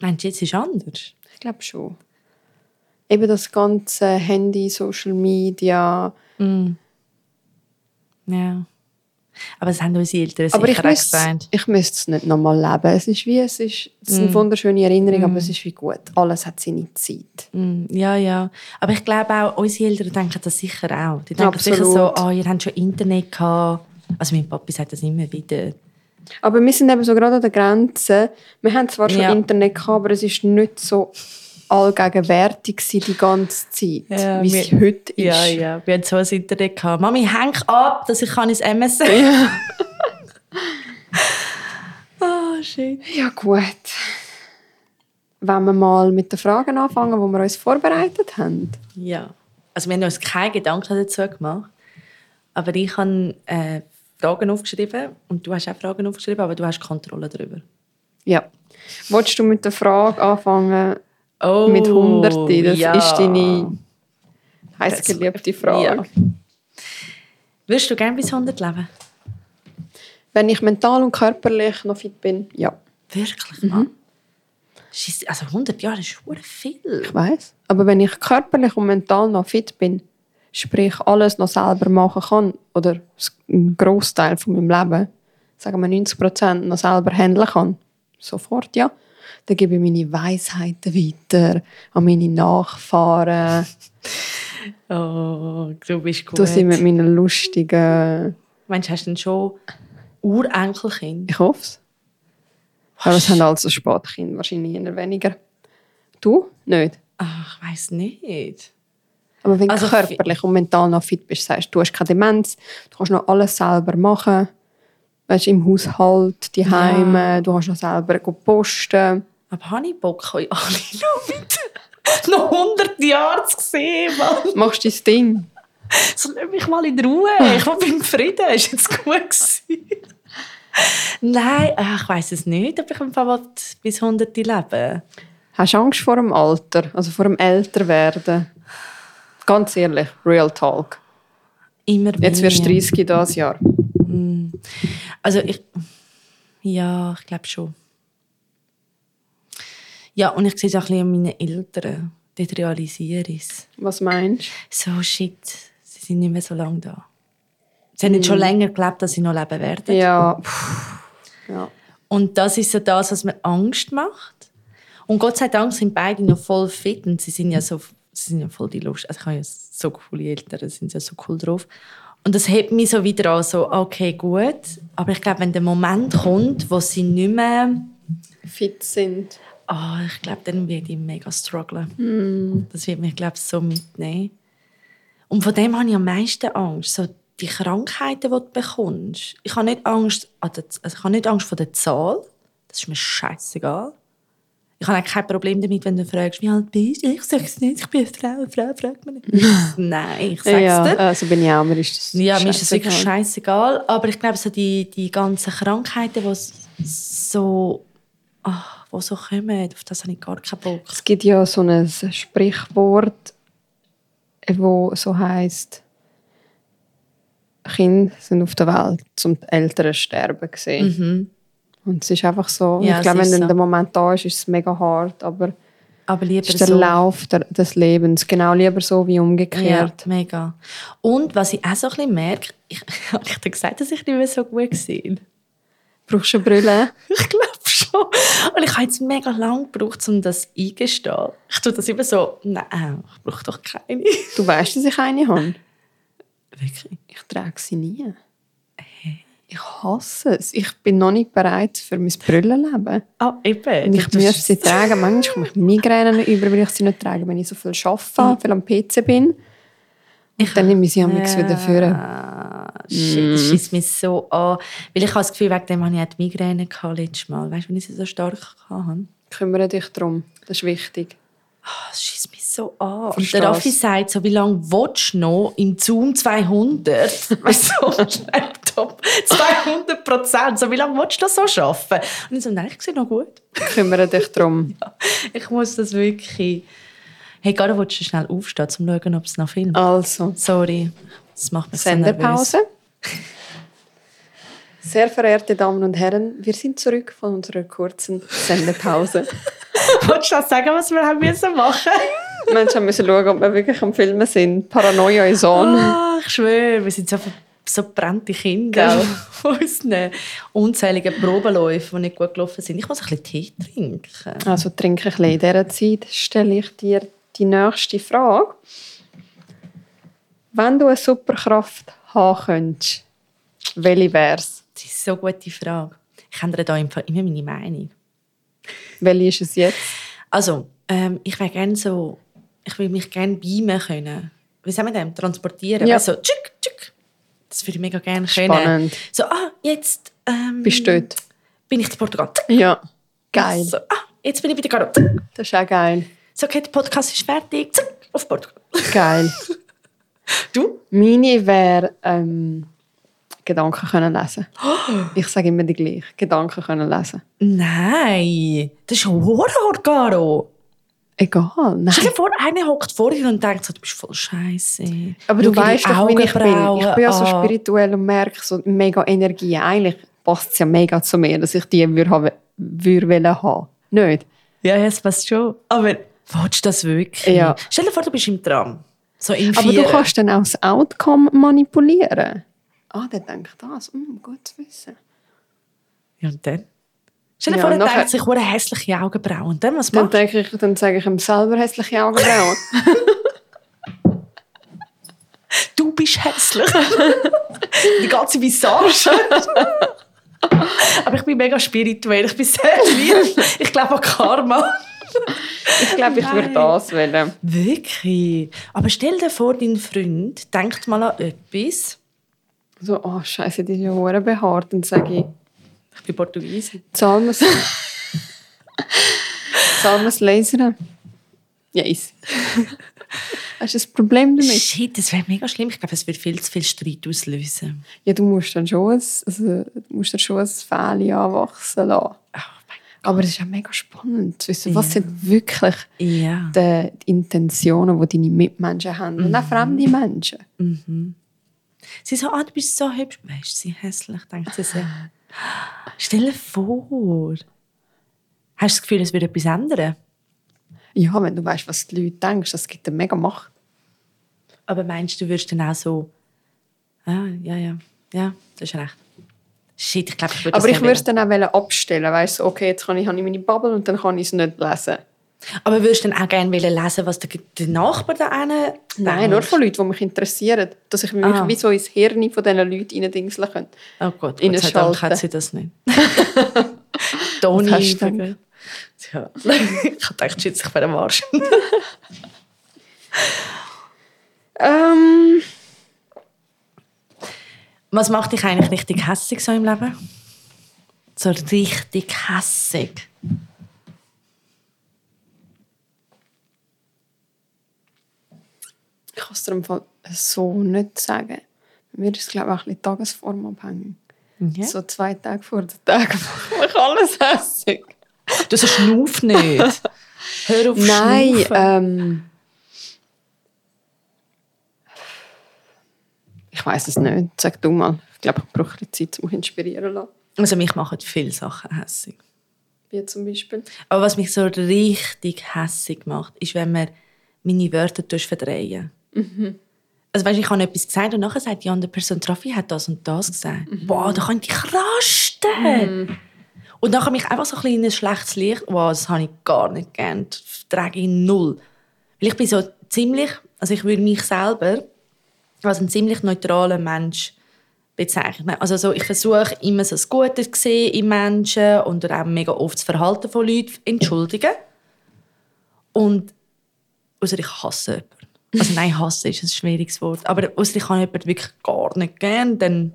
[SPEAKER 2] Meinst du, jetzt ist anders?
[SPEAKER 3] Ich glaube schon. Eben das ganze Handy, Social Media.
[SPEAKER 2] Ja. Aber das haben unsere Eltern
[SPEAKER 3] Aber ich
[SPEAKER 2] sicher auch
[SPEAKER 3] müsste
[SPEAKER 2] gesagt.
[SPEAKER 3] ich müsste es nicht nochmal leben. Es ist wie, es ist, es
[SPEAKER 2] Mm.
[SPEAKER 3] ist eine wunderschöne Erinnerung, aber es ist wie gut. Alles hat seine Zeit.
[SPEAKER 2] Mm, Ja, ja. Aber ich glaube auch, unsere Eltern denken das sicher auch. Die denken
[SPEAKER 3] Absolut.
[SPEAKER 2] sicher so, ah, ihr habt schon Internet gehabt. Also mein Papi sagt das immer wieder.
[SPEAKER 3] Aber wir sind eben so gerade an der Grenze. Wir haben zwar schon
[SPEAKER 2] Ja.
[SPEAKER 3] Internet gehabt, aber es ist nicht so allgegenwärtig gewesen die ganze Zeit,
[SPEAKER 2] Ja,
[SPEAKER 3] wie es
[SPEAKER 2] wir-
[SPEAKER 3] heute ist.
[SPEAKER 2] Ja, ja. Wir haben so ein Internet gehabt. Mami, häng ab, dass ich kann ins *laughs* MSN. Ah, shit.
[SPEAKER 3] Ja, gut. Wenn wir mal mit den Fragen anfangen, die wir uns vorbereitet haben.
[SPEAKER 2] Ja. Also wir haben uns keine Gedanken dazu gemacht. Aber ich habe äh, Fragen aufgeschrieben und du hast auch Fragen aufgeschrieben, aber du hast Kontrolle darüber.
[SPEAKER 3] Ja. Wolltest du mit der Frage anfangen,
[SPEAKER 2] Oh,
[SPEAKER 3] mit Hunderten. Das
[SPEAKER 2] ja.
[SPEAKER 3] ist deine heiß
[SPEAKER 2] Das-
[SPEAKER 3] geliebte Frage.
[SPEAKER 2] Ja. Würdest du gerne bis 100 leben?
[SPEAKER 3] Wenn ich mental und körperlich noch fit bin, ja.
[SPEAKER 2] Wirklich, Mann? Scheisse, Also 100 Jahre ist verdammt viel.
[SPEAKER 3] Ich weiß. Aber wenn ich körperlich und mental noch fit bin, sprich alles noch selber machen kann oder s- einen Großteil von meinem Leben, sagen wir 90 Prozent, noch selber handeln kann, sofort ja, dann gebe ich meine Weisheiten weiter an meine Nachfahren.
[SPEAKER 2] Oh, du bist gut.
[SPEAKER 3] Da sind mit meinen lustigen.
[SPEAKER 2] Meinst du, hast du denn schon Urenkelkind?
[SPEAKER 3] Ich hoffe es. Aber es haben also Spatkinder wahrscheinlich eher weniger. Du? Nicht.
[SPEAKER 2] Ach, ich weiss nicht.
[SPEAKER 3] Aber wenn
[SPEAKER 2] Also
[SPEAKER 3] du körperlich und mental noch fit bist, sagst du, du hast keine Demenz, du kannst noch alles selber machen. Weißt du, im Haushalt, die Heime, du kannst noch selber go posten.
[SPEAKER 2] Aber habe ich Bock, euch alle *laughs* noch mit noch 100 Jahre zu sehen, Mann.
[SPEAKER 3] Machst dein Ding.
[SPEAKER 2] *laughs* So, lass mich mal in Ruhe. Ich war beim Frieden. Ist jetzt gut gewesen. Nein, ach, ich weiss es nicht, ob ich im Fall will bis 100 leben will.
[SPEAKER 3] Hast du Angst vor dem Alter, also vor dem Älterwerden? Ganz ehrlich, Real Talk.
[SPEAKER 2] Immer
[SPEAKER 3] Jetzt wirst du
[SPEAKER 2] weniger.
[SPEAKER 3] 30 dieses Jahr.
[SPEAKER 2] Also ich. Ja, ich glaube schon. Ja, und ich sehe es auch ein bisschen an meinen Eltern. Dort realisiere ich es.
[SPEAKER 3] Was meinst
[SPEAKER 2] So, shit, sie sind nicht mehr so lange da. Sie haben jetzt schon länger geglaubt, dass sie noch
[SPEAKER 3] du?
[SPEAKER 2] leben werden.
[SPEAKER 3] Ja. pff, ja.
[SPEAKER 2] Und das ist so das, was mir Angst macht. Und Gott sei Dank sind beide noch voll fit und sie sind ja so, sie sind ja voll die Lust. Also ich habe ja so coole Eltern, sie sind ja so cool drauf. Und das hebt mich so wieder an, so, okay, gut. Aber ich glaube, wenn der Moment kommt, wo sie nicht mehr,
[SPEAKER 3] Fit sind.
[SPEAKER 2] ah, ich glaube, dann werde ich mega strugglen. Das wird mich, glaube ich, so mitnehmen. Und von dem habe ich am meisten Angst. So die Krankheiten, die du bekommst. Ich habe nicht Angst, an der- also ich habe nicht Angst vor der Zahl. Das ist mir scheißegal. Ich habe auch kein Problem damit, wenn du fragst, wie alt bist du? Ich sage es nicht, ich bin eine Frau, eine Frau fragt mich nicht. Nein, ich sage es
[SPEAKER 3] Ja,
[SPEAKER 2] dir.
[SPEAKER 3] also bin ich auch. Mir ist das
[SPEAKER 2] Ja, mir ist das wirklich
[SPEAKER 3] scheißegal.
[SPEAKER 2] scheißegal. Aber ich glaube, so die, die ganzen Krankheiten, die s- so, ah, die so kommen, auf das habe ich gar keinen Bock.
[SPEAKER 3] Es gibt ja so ein Sprichwort, äh, wo so heißt: Kinder sind auf der Welt, um die Eltern sterben zu sehen. Und es ist einfach so.
[SPEAKER 2] Mhm. Ja,
[SPEAKER 3] ich glaube,
[SPEAKER 2] es
[SPEAKER 3] wenn
[SPEAKER 2] ist
[SPEAKER 3] dann
[SPEAKER 2] so.
[SPEAKER 3] der Moment da ist, ist es mega hart. Aber
[SPEAKER 2] Aber lieber
[SPEAKER 3] es ist der
[SPEAKER 2] so.
[SPEAKER 3] Lauf der, des Lebens. Genau, lieber so wie umgekehrt.
[SPEAKER 2] Ja, mega. Und was ich auch so ein bisschen merke, ich *laughs* habe ich dir gesagt, dass ich nicht mehr so gut war.
[SPEAKER 3] Brauchst du eine Brille?
[SPEAKER 2] Ich glaube schon. Und ich habe jetzt mega lange gebraucht, um das eingestehen. Ich tue das immer so, nein, ich brauche doch keine. *laughs*
[SPEAKER 3] Du weißt, dass ich eine habe.
[SPEAKER 2] Wirklich?
[SPEAKER 3] Ich trage sie nie. Ich hasse es. Ich bin noch nicht bereit für mein Brillenleben.
[SPEAKER 2] Ah, eben.
[SPEAKER 3] Und
[SPEAKER 2] Du
[SPEAKER 3] ich
[SPEAKER 2] tust
[SPEAKER 3] müsste
[SPEAKER 2] es-
[SPEAKER 3] sie tragen. Manchmal komme ich
[SPEAKER 2] *laughs*
[SPEAKER 3] Migräne über, weil ich sie nicht trage, wenn ich so viel arbeite, viel am PC bin. Und dann nehme ich sie am ja. wieder führen.
[SPEAKER 2] Ah, shit, das schießt mich so an. Weil ich habe das Gefühl, wegen dem hatte ich auch die Migräne gehabt letztes Mal. Weißt du, wenn ich sie so stark hatte?
[SPEAKER 3] Kümmere dich darum. Das ist wichtig.
[SPEAKER 2] Ah, Das schießt mich so an. Und
[SPEAKER 3] Versteh's.
[SPEAKER 2] der Raffi sagt so, wie lange willst du noch im Zoom 200? Weißt du, *laughs* so am Laptop 200 Prozent. So, wie lange willst du das so arbeiten? Und ich so, nein, ich sehe noch gut.
[SPEAKER 3] Kümmere dich darum.
[SPEAKER 2] Ich muss das wirklich... Hey, gerade willst du schnell aufstehen, um zu schauen, ob es noch filmt?
[SPEAKER 3] Also,
[SPEAKER 2] Sorry, das macht mich so nervös. *laughs*
[SPEAKER 3] Senderpause. Sehr verehrte Damen und Herren, wir sind zurück von unserer kurzen
[SPEAKER 2] *laughs*
[SPEAKER 3] Senderpause.
[SPEAKER 2] Willst du das sagen, was wir haben müssen machen
[SPEAKER 3] Die Menschen müssen schauen, ob wir wirklich am Filmen sind. Paranoia ist on.
[SPEAKER 2] Ah, ich schwöre, wir sind so, ver- so brennte Kinder von *laughs* unseren unzähligen Probenläufen, die nicht gut gelaufen sind. Ich muss ein bisschen Tee trinken.
[SPEAKER 3] Also trinke ich in dieser Zeit, stelle ich dir die nächste Frage. Wenn du eine Superkraft haben könntest, welche wäre es?
[SPEAKER 2] Das ist so eine gute Frage. Ich ändere da im Fall immer meine Meinung.
[SPEAKER 3] Welche ist es jetzt?
[SPEAKER 2] Also, ähm, ich wäre gerne so, ich will mich gerne beamen können. Wie sagen wir das? Transportieren.
[SPEAKER 3] Ja.
[SPEAKER 2] Ja. So, tschick, tschick. Das würde ich mega gerne können.
[SPEAKER 3] Spannend.
[SPEAKER 2] So, ah, jetzt ähm,
[SPEAKER 3] Bist du dort?
[SPEAKER 2] bin ich in Portugal. Tschick.
[SPEAKER 3] Ja. Geil.
[SPEAKER 2] So, ah, jetzt bin ich bei der Garo. Tschick.
[SPEAKER 3] Das ist auch geil.
[SPEAKER 2] So, okay, der Podcast ist fertig. Tschick, auf Portugal.
[SPEAKER 3] Geil.
[SPEAKER 2] Du?
[SPEAKER 3] Meine wäre, ähm, Gedanken können lesen. Ich sage immer die gleiche. Gedanken können lesen.
[SPEAKER 2] Nein, das ist ein Horror, Caro.
[SPEAKER 3] Egal, nein.
[SPEAKER 2] Stell dir vor, einer hockt vor dir und denkt so, du bist voll scheiße.
[SPEAKER 3] Aber du weißt doch, wie ich bin. Ich bin ja so
[SPEAKER 2] spirituell.
[SPEAKER 3] spirituell und merke so mega Energie. Eigentlich passt es ja mega zu mir, dass ich die würde haben würde haben. Nicht?
[SPEAKER 2] Ja, ja, es passt schon. Aber willst du das wirklich?
[SPEAKER 3] Ja.
[SPEAKER 2] Stell dir vor, du bist im Tram. So im
[SPEAKER 3] Aber du
[SPEAKER 2] Vierer.
[SPEAKER 3] kannst dann auch das Outcome manipulieren. Ah, der denkt das. Hm, gut zu wissen.
[SPEAKER 2] Ja, und dann? Stell dir
[SPEAKER 3] Ja,
[SPEAKER 2] vor, er
[SPEAKER 3] nachher-
[SPEAKER 2] denkt sich, eine hässliche Augenbrauen. Und dann, was
[SPEAKER 3] Dann,
[SPEAKER 2] macht er?
[SPEAKER 3] denke ich, dann sage ich ihm selber hässliche Augenbrauen.
[SPEAKER 2] Du bist hässlich. *laughs* Die
[SPEAKER 3] *laughs*
[SPEAKER 2] ganze Visage. Aber ich bin mega spirituell. Ich bin sehr lieb. Ich glaube an Karma.
[SPEAKER 3] ich glaube, ich würde
[SPEAKER 2] Nein.
[SPEAKER 3] das wählen.
[SPEAKER 2] Wirklich? Aber stell dir vor, dein Freund denkt mal an etwas.
[SPEAKER 3] So, oh Scheiße, die ist ja hure behaart. Dann sage ich,
[SPEAKER 2] Ich bin Portugiesin.
[SPEAKER 3] zahlen wir es. zahlen wir es lasern. Yes. Hast du ein Problem damit?
[SPEAKER 2] Shit, das wäre mega schlimm. Ich glaube, es würde viel zu viel Streit auslösen.
[SPEAKER 3] Ja, du musst dann schon ein, also, du musst dann schon ein Fähnchen anwachsen lassen.
[SPEAKER 2] Oh mein
[SPEAKER 3] Aber es ist auch mega spannend zu wissen,
[SPEAKER 2] Ja.
[SPEAKER 3] was sind wirklich
[SPEAKER 2] Ja.
[SPEAKER 3] die, die Intentionen, die deine Mitmenschen haben.
[SPEAKER 2] Mhm.
[SPEAKER 3] Und auch fremde Menschen.
[SPEAKER 2] Sie so, ah, du bist so hübsch. Weißt du, sie hässlich, denkt sie so. Stell dir vor. Hast du das Gefühl, es würde etwas ändern?
[SPEAKER 3] Ja, wenn du weißt, was die Leute denken, das gibt dir mega Macht.
[SPEAKER 2] Aber meinst du, du würdest dann auch so. Ah, ja, ja. Ja, du hast recht. Shit, ich glaube, ich würde
[SPEAKER 3] Aber
[SPEAKER 2] das
[SPEAKER 3] ich
[SPEAKER 2] gerne
[SPEAKER 3] würde es dann auch wollen abstellen. Weißt du, okay, jetzt kann ich, habe ich meine Bubble und dann kann ich es nicht lesen.
[SPEAKER 2] wollen. Aber würdest du dann auch gerne wollen lesen, was der, der Nachbar da hinten
[SPEAKER 3] Nein, nur
[SPEAKER 2] denkt?
[SPEAKER 3] von Leuten, die mich interessieren. Dass ich mich
[SPEAKER 2] Ah.
[SPEAKER 3] wie so ins Hirn von diesen Leuten reindingseln könnte.
[SPEAKER 2] Oh Gott, Gott sei Dank
[SPEAKER 3] Innenschalten.
[SPEAKER 2] hat sie das *laughs* nicht. Toni.
[SPEAKER 3] Was hast du
[SPEAKER 2] Ja. *laughs*
[SPEAKER 3] denn?
[SPEAKER 2] Ich habe gedacht, shit, ich wäre am Arsch.
[SPEAKER 3] Ähm,
[SPEAKER 2] Was macht dich eigentlich richtig hässig so im Leben? So richtig hässig.
[SPEAKER 3] ich kann es dir im Fall so nicht sagen. Bei mir ist es, glaube ich, auch ein bisschen tagesformabhängig. So zwei Tage vor dem Tag mache *laughs* ich alles hässig.
[SPEAKER 2] Du so schnuff *laughs* nicht. Hör auf
[SPEAKER 3] Nein,
[SPEAKER 2] schnuffen.
[SPEAKER 3] ähm, ich weiß es nicht. Sag du mal. Ich glaube, ich brauche ein bisschen Zeit, um mich inspirieren zu lassen.
[SPEAKER 2] Also mich machen viele Sachen hässig.
[SPEAKER 3] Wie zum Beispiel.
[SPEAKER 2] Aber was mich so richtig hässig macht, ist, wenn man meine Wörter tust verdrehen. Also weißt, ich habe etwas gesagt und nachher sagt die andere Person, Traffi hat das und das gesagt. Boah, da kann ich rasten. Und nachher mich einfach so ein bisschen in ein schlechtes Licht, wow, das habe ich gar nicht gern, das trage ich null. Weil ich bin so ziemlich, also ich würde mich selber als einen ziemlich neutralen Mensch bezeichnen. Also so, ich versuche immer so das Gute zu sehen in Menschen und auch mega oft das Verhalten von Leuten zu entschuldigen. Und ausser ich hasse jemanden. Also nein, hasse ist ein schwieriges Wort. Aber ausser ich habe jemanden wirklich gar nicht gern, dann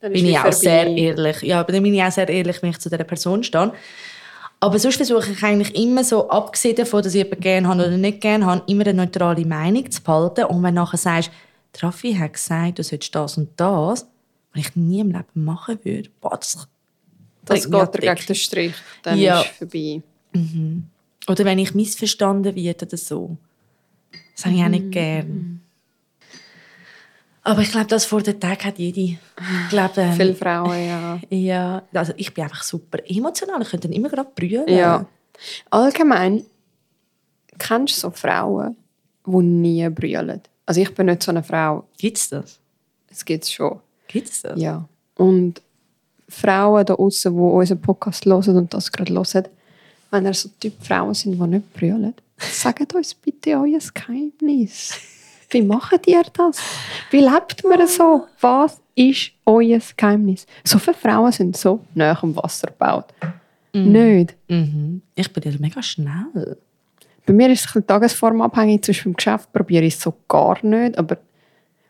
[SPEAKER 3] Dann
[SPEAKER 2] bin
[SPEAKER 3] ist
[SPEAKER 2] ich
[SPEAKER 3] es
[SPEAKER 2] auch
[SPEAKER 3] vorbei.
[SPEAKER 2] sehr ehrlich. Ja, aber dann bin ich auch sehr ehrlich, wenn ich zu dieser Person stehe. Aber sonst versuche ich eigentlich immer so, abgesehen davon, dass ich jemanden gerne habe oder nicht gerne habe, immer eine neutrale Meinung zu behalten. Und wenn du nachher sagst, Traffi hat gesagt, du solltest das und das, was ich nie im Leben machen würde, boah, das
[SPEAKER 3] Das
[SPEAKER 2] bringt mich an
[SPEAKER 3] geht dir
[SPEAKER 2] die Decke.
[SPEAKER 3] gegen den Strich. Dann
[SPEAKER 2] Ja.
[SPEAKER 3] ist es vorbei.
[SPEAKER 2] Oder wenn ich missverstanden werde oder so. Das habe ich auch nicht gern. Aber ich glaube, das vor dem Tag hat jede. Ich glaube, ähm,
[SPEAKER 3] Viele Frauen, ja.
[SPEAKER 2] Ja, also ich bin einfach super emotional. Ich könnte dann immer gerade brüllen.
[SPEAKER 3] ja. Allgemein, kennst du so Frauen, die nie brüllen? Also ich bin nicht so eine Frau.
[SPEAKER 2] Gibt's das?
[SPEAKER 3] Es gibt es schon.
[SPEAKER 2] Gibt's das?
[SPEAKER 3] Ja. Und Frauen da außen, die unseren Podcast hören und das gerade hören, wenn ihr so Typ Frauen sind, die nicht brüllen, sagt uns bitte euer Geheimnis. Wie macht ihr das? Wie lebt man so? Was ist euer Geheimnis? So viele Frauen sind so nah am Wasser gebaut. Nicht.
[SPEAKER 2] Mhm. Ich bin ja mega schnell.
[SPEAKER 3] Bei mir ist es ein bisschen tagesformabhängig. Zum Beispiel im Geschäft probiere ich es so gar nicht. Aber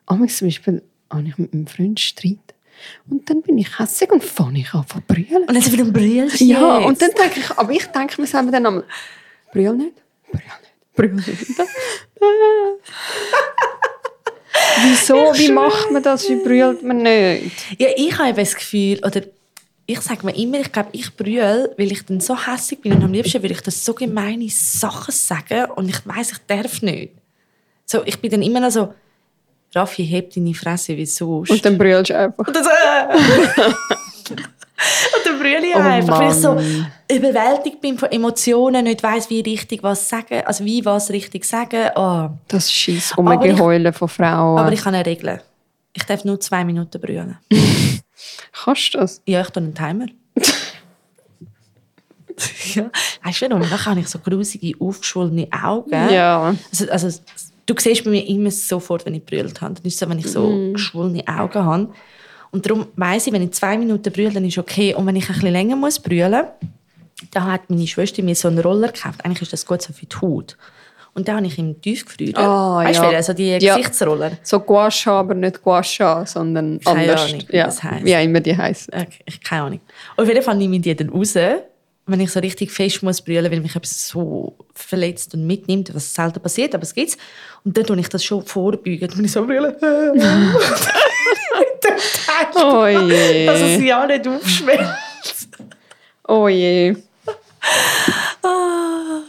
[SPEAKER 3] manchmal zum Beispiel habe ich mit meinem Freund Streit. Und dann bin ich hässig und fange ich an zu brüllen.
[SPEAKER 2] Und dann wieder ein Brüllst
[SPEAKER 3] Ja, und dann denke ich, aber ich denke mir selber dann einmal, brüll nicht, brüll nicht, brüll *laughs* nicht. Wieso, wie macht man das, wie brüllt man nicht?
[SPEAKER 2] ja, ich habe eben das Gefühl, oder ich sage mir immer, ich glaube, ich brülle, weil ich dann so hässlich bin und am liebsten würde ich das so gemeine Sachen sagen und ich weiß, ich darf nicht. So, ich bin dann immer noch so, Raffi, heb deine Fresse, wie sonst.
[SPEAKER 3] Und dann brüllst du einfach.
[SPEAKER 2] Und dann, so, äh. *laughs* und dann brülle ich
[SPEAKER 3] Oh
[SPEAKER 2] einfach, weil ich so
[SPEAKER 3] Mann.
[SPEAKER 2] überwältigt bin von Emotionen, nicht weiß, wie richtig was sagen, also wie was richtig sagen. Oh.
[SPEAKER 3] Das scheiß
[SPEAKER 2] Aber ich-
[SPEAKER 3] Umgeheulen von Frauen.
[SPEAKER 2] Aber ich kann eine Regel. Ich darf nur zwei Minuten brüllen.
[SPEAKER 3] Kannst du das?
[SPEAKER 2] Ja, ich tue
[SPEAKER 3] *laughs*
[SPEAKER 2] einen Timer. ja. Weißt du, warum? Dann habe ich so grusige, aufgeschwollene Augen.
[SPEAKER 3] Ja.
[SPEAKER 2] Also, also, s- du siehst bei mir immer sofort, wenn ich brüllt habe. Dann ist es so, wenn ich so
[SPEAKER 3] Mhm.
[SPEAKER 2] geschwollene Augen habe. Und darum weiss ich, wenn ich zwei Minuten brülle, dann ist okay. Und wenn ich ein bisschen länger muss brüllen, dann hat meine Schwester mir so einen Roller gekauft. Eigentlich ist das gut so für die Haut. Und dann habe ich im Tiefgefrieren.
[SPEAKER 3] Ah,
[SPEAKER 2] weißt du,
[SPEAKER 3] ja.
[SPEAKER 2] welche? also die
[SPEAKER 3] Ja.
[SPEAKER 2] Gesichtsroller.
[SPEAKER 3] So Guasha, aber nicht Guasha, sondern
[SPEAKER 2] Keine
[SPEAKER 3] anders.
[SPEAKER 2] Ahnung, wie
[SPEAKER 3] ja.
[SPEAKER 2] das heisst.
[SPEAKER 3] Wie auch immer die heißen.
[SPEAKER 2] Okay, Äh, ich keine Ahnung. Auf jeden Fall nehme ich die dann raus, wenn ich so richtig fest muss brüllen, weil mich etwas so verletzt und mitnimmt, was selten passiert, aber es gibt's. Und dann tue ich das schon vorbeugen, dann bin ich so am brüllen. *laughs*
[SPEAKER 3] Oh je.
[SPEAKER 2] Dass es ja Also nicht aufschwellt.
[SPEAKER 3] Oh je.
[SPEAKER 2] Ah.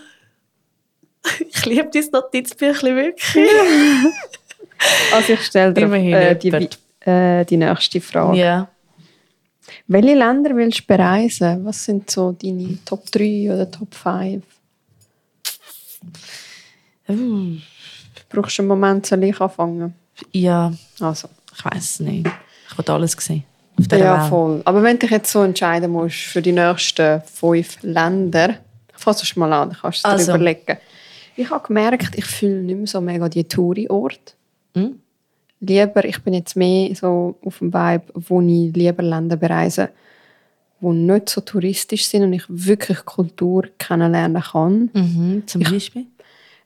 [SPEAKER 2] Ich liebe dieses Notizbüchlein wirklich.
[SPEAKER 3] Also ich stelle dir
[SPEAKER 2] Immerhin
[SPEAKER 3] äh, die,
[SPEAKER 2] jemand.
[SPEAKER 3] äh, die nächste Frage.
[SPEAKER 2] Ja.
[SPEAKER 3] Welche Länder willst du bereisen? Was sind so deine Top 3 oder Top 5?
[SPEAKER 2] Hm,
[SPEAKER 3] Brauchst du einen Moment, soll ich anfangen?
[SPEAKER 2] Ja,
[SPEAKER 3] Also,
[SPEAKER 2] ich weiß es nicht. Ich habe alles gesehen. Auf dieser
[SPEAKER 3] ja,
[SPEAKER 2] Welt.
[SPEAKER 3] voll. Aber wenn du dich jetzt so entscheiden musst für die nächsten fünf Länder, fass es mal an, dann kannst du es
[SPEAKER 2] Also.
[SPEAKER 3] dir überlegen. Ich habe gemerkt, ich fühle nicht mehr so mega die Touri-Orte.
[SPEAKER 2] Hm?
[SPEAKER 3] Lieber, ich bin jetzt mehr so auf dem Vibe, wo ich lieber Länder bereise, die nicht so touristisch sind und ich wirklich Kultur kennenlernen kann.
[SPEAKER 2] Mhm, zum Beispiel.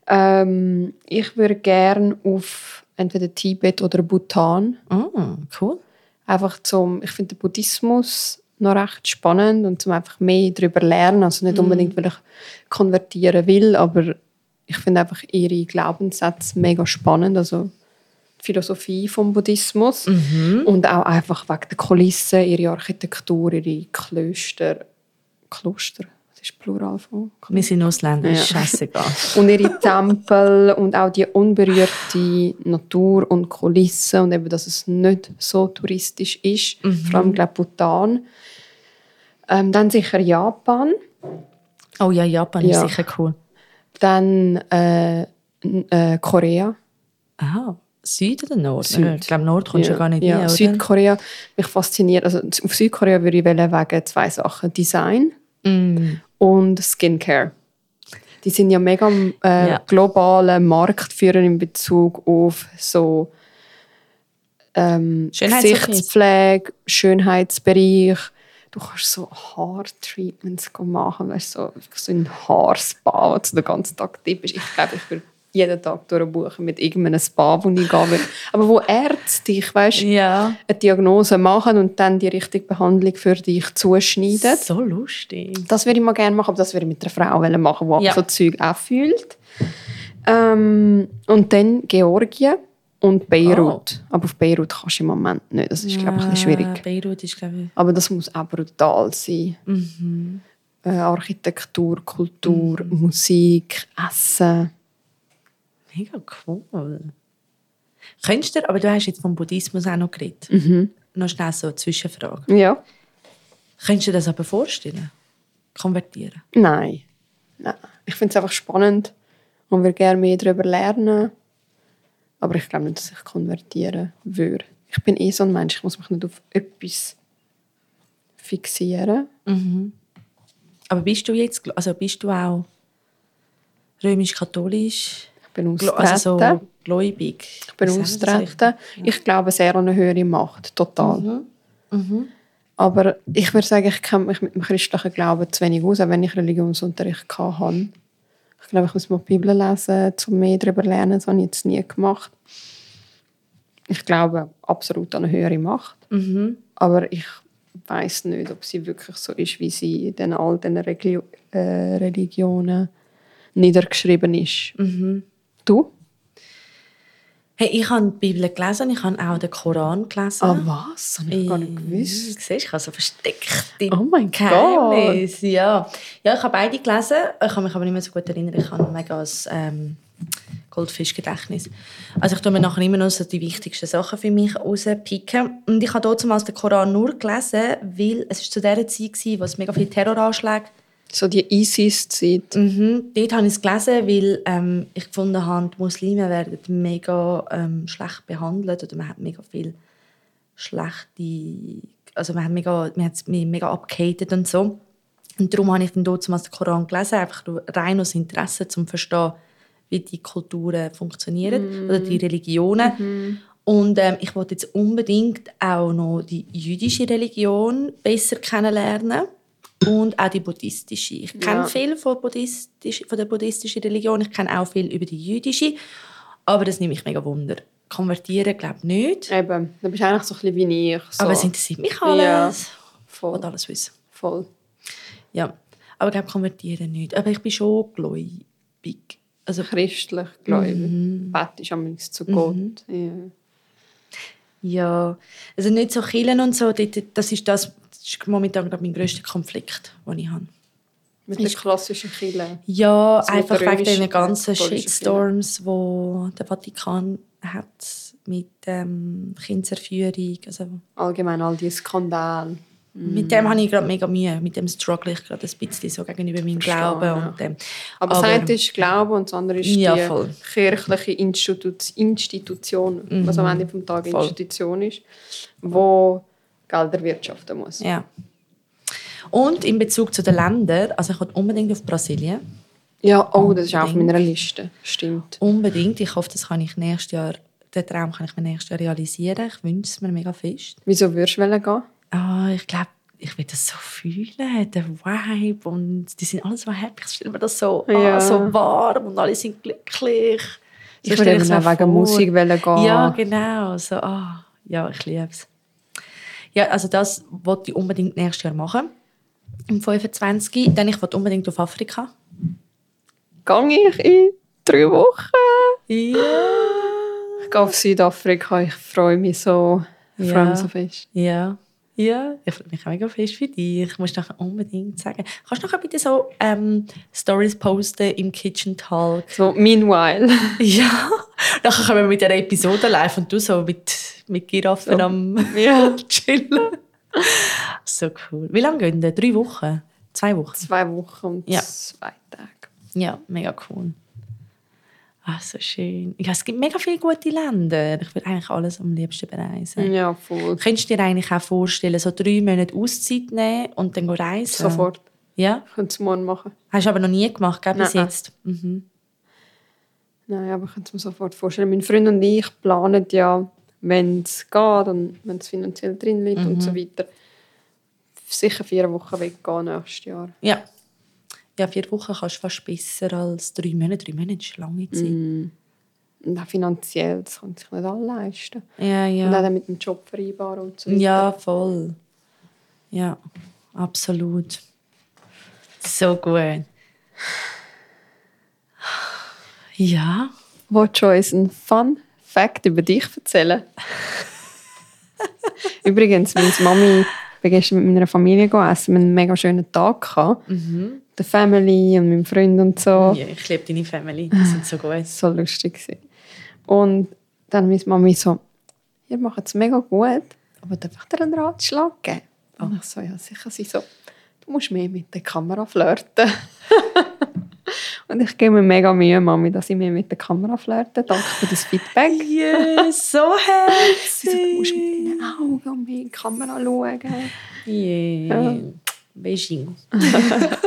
[SPEAKER 3] Ähm, ich würde gerne auf entweder Tibet oder Bhutan.
[SPEAKER 2] Ah, cool.
[SPEAKER 3] Einfach zum, ich finde den Buddhismus noch recht spannend und zum einfach mehr darüber lernen. Also nicht unbedingt, weil ich konvertieren will, aber ich finde einfach ihre Glaubenssätze mega spannend. Also die Philosophie vom Buddhismus und auch einfach wegen der Kulissen, ihre Architektur, ihre Klöster. Kloster, das ist Plural von
[SPEAKER 2] Wir sind Ausländer, ist
[SPEAKER 3] Ja.
[SPEAKER 2] scheißegal.
[SPEAKER 3] und ihre Tempel und auch die unberührte Natur und Kulissen und eben, dass es nicht so touristisch ist. Vor
[SPEAKER 2] Mhm.
[SPEAKER 3] allem, glaube ich, Bhutan. Ähm, dann sicher Japan.
[SPEAKER 2] Oh ja, Japan
[SPEAKER 3] Ja.
[SPEAKER 2] ist sicher cool.
[SPEAKER 3] Dann äh, n- äh, Korea.
[SPEAKER 2] Aha, Süd oder Nord?
[SPEAKER 3] Süd.
[SPEAKER 2] Ich glaube, Nord kommst du ja. gar nicht
[SPEAKER 3] ja.
[SPEAKER 2] hin, oder?
[SPEAKER 3] Südkorea. Mich fasziniert. Also, auf Südkorea würde ich wählen wegen zwei Sachen. Design
[SPEAKER 2] Mm.
[SPEAKER 3] und Skincare. Die sind ja mega am, äh,
[SPEAKER 2] Ja.
[SPEAKER 3] globalen Marktführer in Bezug auf so ähm,
[SPEAKER 2] Schönheits-
[SPEAKER 3] Gesichtspflege, Schönheitsbereich. Du kannst so Haartreatments machen, weißt, so, so ein Haarspa, wo du den ganzen Tag tippst. Ich glaube, ich würde jeden Tag durchbuchen mit irgendeinem Spa, wo ich gehen will. Aber wo Ärzte dich, weißt,
[SPEAKER 2] Ja.
[SPEAKER 3] eine Diagnose machen und dann die richtige Behandlung für dich zuschneiden.
[SPEAKER 2] So lustig.
[SPEAKER 3] Das würde ich mal gerne machen, aber das würde ich mit einer Frau wollen machen, die
[SPEAKER 2] Ja.
[SPEAKER 3] so Zeug auch fühlt. Ähm, und dann Georgien und Beirut. Aber auf Beirut kannst du im Moment nicht. Das ist, glaube ich, ein bisschen
[SPEAKER 2] Oh. Ja,
[SPEAKER 3] schwierig.
[SPEAKER 2] Ah, Beirut ist, glaube
[SPEAKER 3] Aber das muss auch brutal sein.
[SPEAKER 2] ich. Mhm.
[SPEAKER 3] Äh, Architektur, Kultur, Musik, Essen.
[SPEAKER 2] Mega cool. Könntest du, aber du hast jetzt vom Buddhismus auch noch geredet.
[SPEAKER 3] Mhm.
[SPEAKER 2] Noch schnell so eine Zwischenfrage.
[SPEAKER 3] Ja.
[SPEAKER 2] Könntest du dir das aber vorstellen? Konvertieren?
[SPEAKER 3] Nein. Nein. Ich finde es einfach spannend und würde gerne mehr darüber lernen. Aber ich glaube nicht, dass ich konvertieren würde. Ich bin eh so ein Mensch, ich muss mich nicht auf etwas fixieren.
[SPEAKER 2] Aber bist du jetzt, gl- also bist du auch römisch-katholisch?
[SPEAKER 3] Ich bin
[SPEAKER 2] Gl-
[SPEAKER 3] austreten.
[SPEAKER 2] Also so gläubig?
[SPEAKER 3] ich bin
[SPEAKER 2] Sagen wir das richtig?
[SPEAKER 3] austreten. Ich glaube sehr an eine höhere Macht, total. Mhm. Aber ich würde sagen, ich kenne mich mit dem christlichen Glauben zu wenig aus, auch wenn ich Religionsunterricht hatte. Ich glaube, ich muss mal die Bibel lesen, um mehr darüber zu lernen. Das habe ich jetzt nie gemacht. Ich glaube absolut an eine höhere Macht.
[SPEAKER 2] Mhm.
[SPEAKER 3] Aber ich weiß nicht, ob sie wirklich so ist, wie sie in den all diesen Regio äh, Mhm. Religionen niedergeschrieben ist. Du?
[SPEAKER 2] Hey, ich habe die Bibel gelesen, ich habe auch den Koran gelesen.
[SPEAKER 3] Ah, was? Das habe ich gar nicht gewusst.
[SPEAKER 2] Siehst du, ich habe so versteckte
[SPEAKER 3] Oh mein
[SPEAKER 2] Geheimnisse. Ja. ja, ich habe beide gelesen. Ich kann mich aber nicht mehr so gut erinnern. Ich habe mega ein ähm, Goldfischgedächtnis. Also ich tue mir nachher immer noch so die wichtigsten Sachen für mich rauspicken. Und ich habe damals den Koran nur gelesen, weil es war zu der Zeit, gewesen, wo es mega viele Terroranschläge
[SPEAKER 3] So die ISIS-Zeit.
[SPEAKER 2] Mhm. Dort habe ich es gelesen, weil ähm, ich gefunden habe, die Muslime werden mega ähm, schlecht behandelt oder man hat mega viel schlechte, also man hat mega, man hat mich mega abgehatet und so. Und darum habe ich dann dort den Koran gelesen, einfach rein aus Interesse, um zu verstehen, wie die Kulturen funktionieren oder die Religionen. Und ähm, ich wollte jetzt unbedingt auch noch die jüdische Religion besser kennenlernen und auch die buddhistische. Ich kenne
[SPEAKER 3] Ja.
[SPEAKER 2] viel von, buddhistisch, von der buddhistischen Religion, ich kenne auch viel über die jüdische, aber das nimmt mich mega Wunder. Konvertieren glaube ich nicht,
[SPEAKER 3] Eben, du bist eigentlich so ein bisschen wie ich. So.
[SPEAKER 2] aber es interessiert mich
[SPEAKER 3] Ja.
[SPEAKER 2] alles.
[SPEAKER 3] voll,
[SPEAKER 2] Und alles wissen.
[SPEAKER 3] voll.
[SPEAKER 2] Ja. Aber ich glaube, konvertieren nicht. Aber ich bin schon gläubig. Also,
[SPEAKER 3] Christlich, gläubig. Mhm. Bettest am liebsten zu Gott. Ja.
[SPEAKER 2] ja. Also nicht so Killen und so. dort- Das ist das, das ist momentan glaub, mein grösster Konflikt, den ich habe.
[SPEAKER 3] Mit der klassischen Kirche.
[SPEAKER 2] Ja,
[SPEAKER 3] So
[SPEAKER 2] einfach wegen
[SPEAKER 3] römisch-
[SPEAKER 2] den ganzen
[SPEAKER 3] katholische
[SPEAKER 2] Shitstorms, wo der Vatikan hat mit ähm, Kinderverführung. Also,
[SPEAKER 3] Allgemein all diese Skandale.
[SPEAKER 2] Mit dem habe ich gerade mega Mühe. Mit dem struggle ich gerade ein bisschen so gegenüber meinem
[SPEAKER 3] Verstehe,
[SPEAKER 2] Glauben.
[SPEAKER 3] ja.
[SPEAKER 2] Und dem.
[SPEAKER 3] Aber, das eine ist Glaube und das andere ist
[SPEAKER 2] Ja,
[SPEAKER 3] die
[SPEAKER 2] voll.
[SPEAKER 3] kirchliche Institu Institution, was am Ende des Tages
[SPEAKER 2] Voll.
[SPEAKER 3] Institution ist, wo Geld erwirtschaften muss.
[SPEAKER 2] Ja. Und in Bezug zu den Ländern, also ich will unbedingt auf Brasilien.
[SPEAKER 3] Ja, oh, das ist auch auf
[SPEAKER 2] Unbedingt.
[SPEAKER 3] meiner Liste. Stimmt.
[SPEAKER 2] Unbedingt. Ich hoffe, das kann ich nächstes Jahr, den Traum kann ich mir nächstes Jahr realisieren. Ich wünsche es mir mega fest.
[SPEAKER 3] Wieso würdest du wollen gehen?
[SPEAKER 2] Ah, ich glaube, ich will das so fühlen, der Vibe und die sind alle so happy. Ich stelle mir das so
[SPEAKER 3] Ja.
[SPEAKER 2] an, so warm und alle sind glücklich. So
[SPEAKER 3] Ich
[SPEAKER 2] stelle
[SPEAKER 3] würde
[SPEAKER 2] ich's
[SPEAKER 3] eben
[SPEAKER 2] mir
[SPEAKER 3] auch wegen
[SPEAKER 2] vor.
[SPEAKER 3] Musik wollen gehen.
[SPEAKER 2] Ja, genau. So, ah, ja, ich liebe es. Ja, also das wollte ich unbedingt nächstes Jahr machen. Im 25. Dann ich wollte unbedingt auf Afrika.
[SPEAKER 3] Gehe ich in drei Wochen.
[SPEAKER 2] Ja.
[SPEAKER 3] Ich gehe auf Südafrika. Ich freue mich so. Ich
[SPEAKER 2] Ja.
[SPEAKER 3] freue mich so fest.
[SPEAKER 2] Ja. Ja, ich freue mich auch mega fest für dich. Ich muss nachher unbedingt sagen. Kannst du nachher bitte so ähm, Stories posten im Kitchen Talk?
[SPEAKER 3] So, meanwhile.
[SPEAKER 2] Ja. *laughs* Nachher kommen wir mit einer Episode live und du so mit, mit Giraffen
[SPEAKER 3] So.
[SPEAKER 2] *laughs* am
[SPEAKER 3] Ja.
[SPEAKER 2] Chillen. So cool. Wie lange gehen die? Drei Wochen? Zwei
[SPEAKER 3] *laughs*
[SPEAKER 2] Wochen?
[SPEAKER 3] Zwei Wochen und
[SPEAKER 2] Ja.
[SPEAKER 3] zwei Tage.
[SPEAKER 2] Ja, mega cool. Ah, so schön. Ja, es gibt mega viele gute Länder. Ich würde eigentlich alles am liebsten bereisen.
[SPEAKER 3] Ja, voll.
[SPEAKER 2] Könntest du dir eigentlich auch vorstellen, so drei Monate Auszeit nehmen und dann go reisen?
[SPEAKER 3] Sofort.
[SPEAKER 2] Ja?
[SPEAKER 3] Ich könnte es morgen machen.
[SPEAKER 2] Hast du aber noch nie gemacht, gell, bis
[SPEAKER 3] Nein.
[SPEAKER 2] jetzt? Mhm.
[SPEAKER 3] Nein, aber ich könnte es mir sofort vorstellen. Mein Freund und ich planen ja, wenn es geht und wenn es finanziell drin liegt und so weiter, sicher vier Wochen weggehen nächstes Jahr.
[SPEAKER 2] Ja. Ja, vier Wochen kannst du fast besser als drei Monate. Drei Monate ist lange
[SPEAKER 3] Mhm.
[SPEAKER 2] Zeit.
[SPEAKER 3] Und auch finanziell, das kann sich nicht alle leisten.
[SPEAKER 2] Ja,
[SPEAKER 3] Und auch
[SPEAKER 2] ja.
[SPEAKER 3] dann mit dem Job vereinbaren und so weiter.
[SPEAKER 2] Ja, voll. Ja, absolut. So gut. Ja.
[SPEAKER 3] Willst du uns einen Fun Fact über dich erzählen? Übrigens, meine Mami war gestern mit meiner Familie gegessen. Wir hatten einen mega schönen Tag. gehabt. Mit der Family und meinem Freund und so.
[SPEAKER 2] Ja, ich liebe deine Family, Altså, die sind so gut.
[SPEAKER 3] so lustig gewesen. Und dann meine Mami so, ihr macht es mega gut, aber darf ich dir einen Ratschlag geben? Und ich so, ja sicher. Sie so, du musst mehr mit der Kamera flirten. und ich gebe mir mega Mühe, Mami, dass ich mehr mit der Kamera flirte. Danke für das Feedback.
[SPEAKER 2] Yes, *laughs* so
[SPEAKER 3] Sie so, du musst mit
[SPEAKER 2] herzig.
[SPEAKER 3] deinen Augen und in die Kamera schauen.
[SPEAKER 2] Yeah. Beijing. *laughs*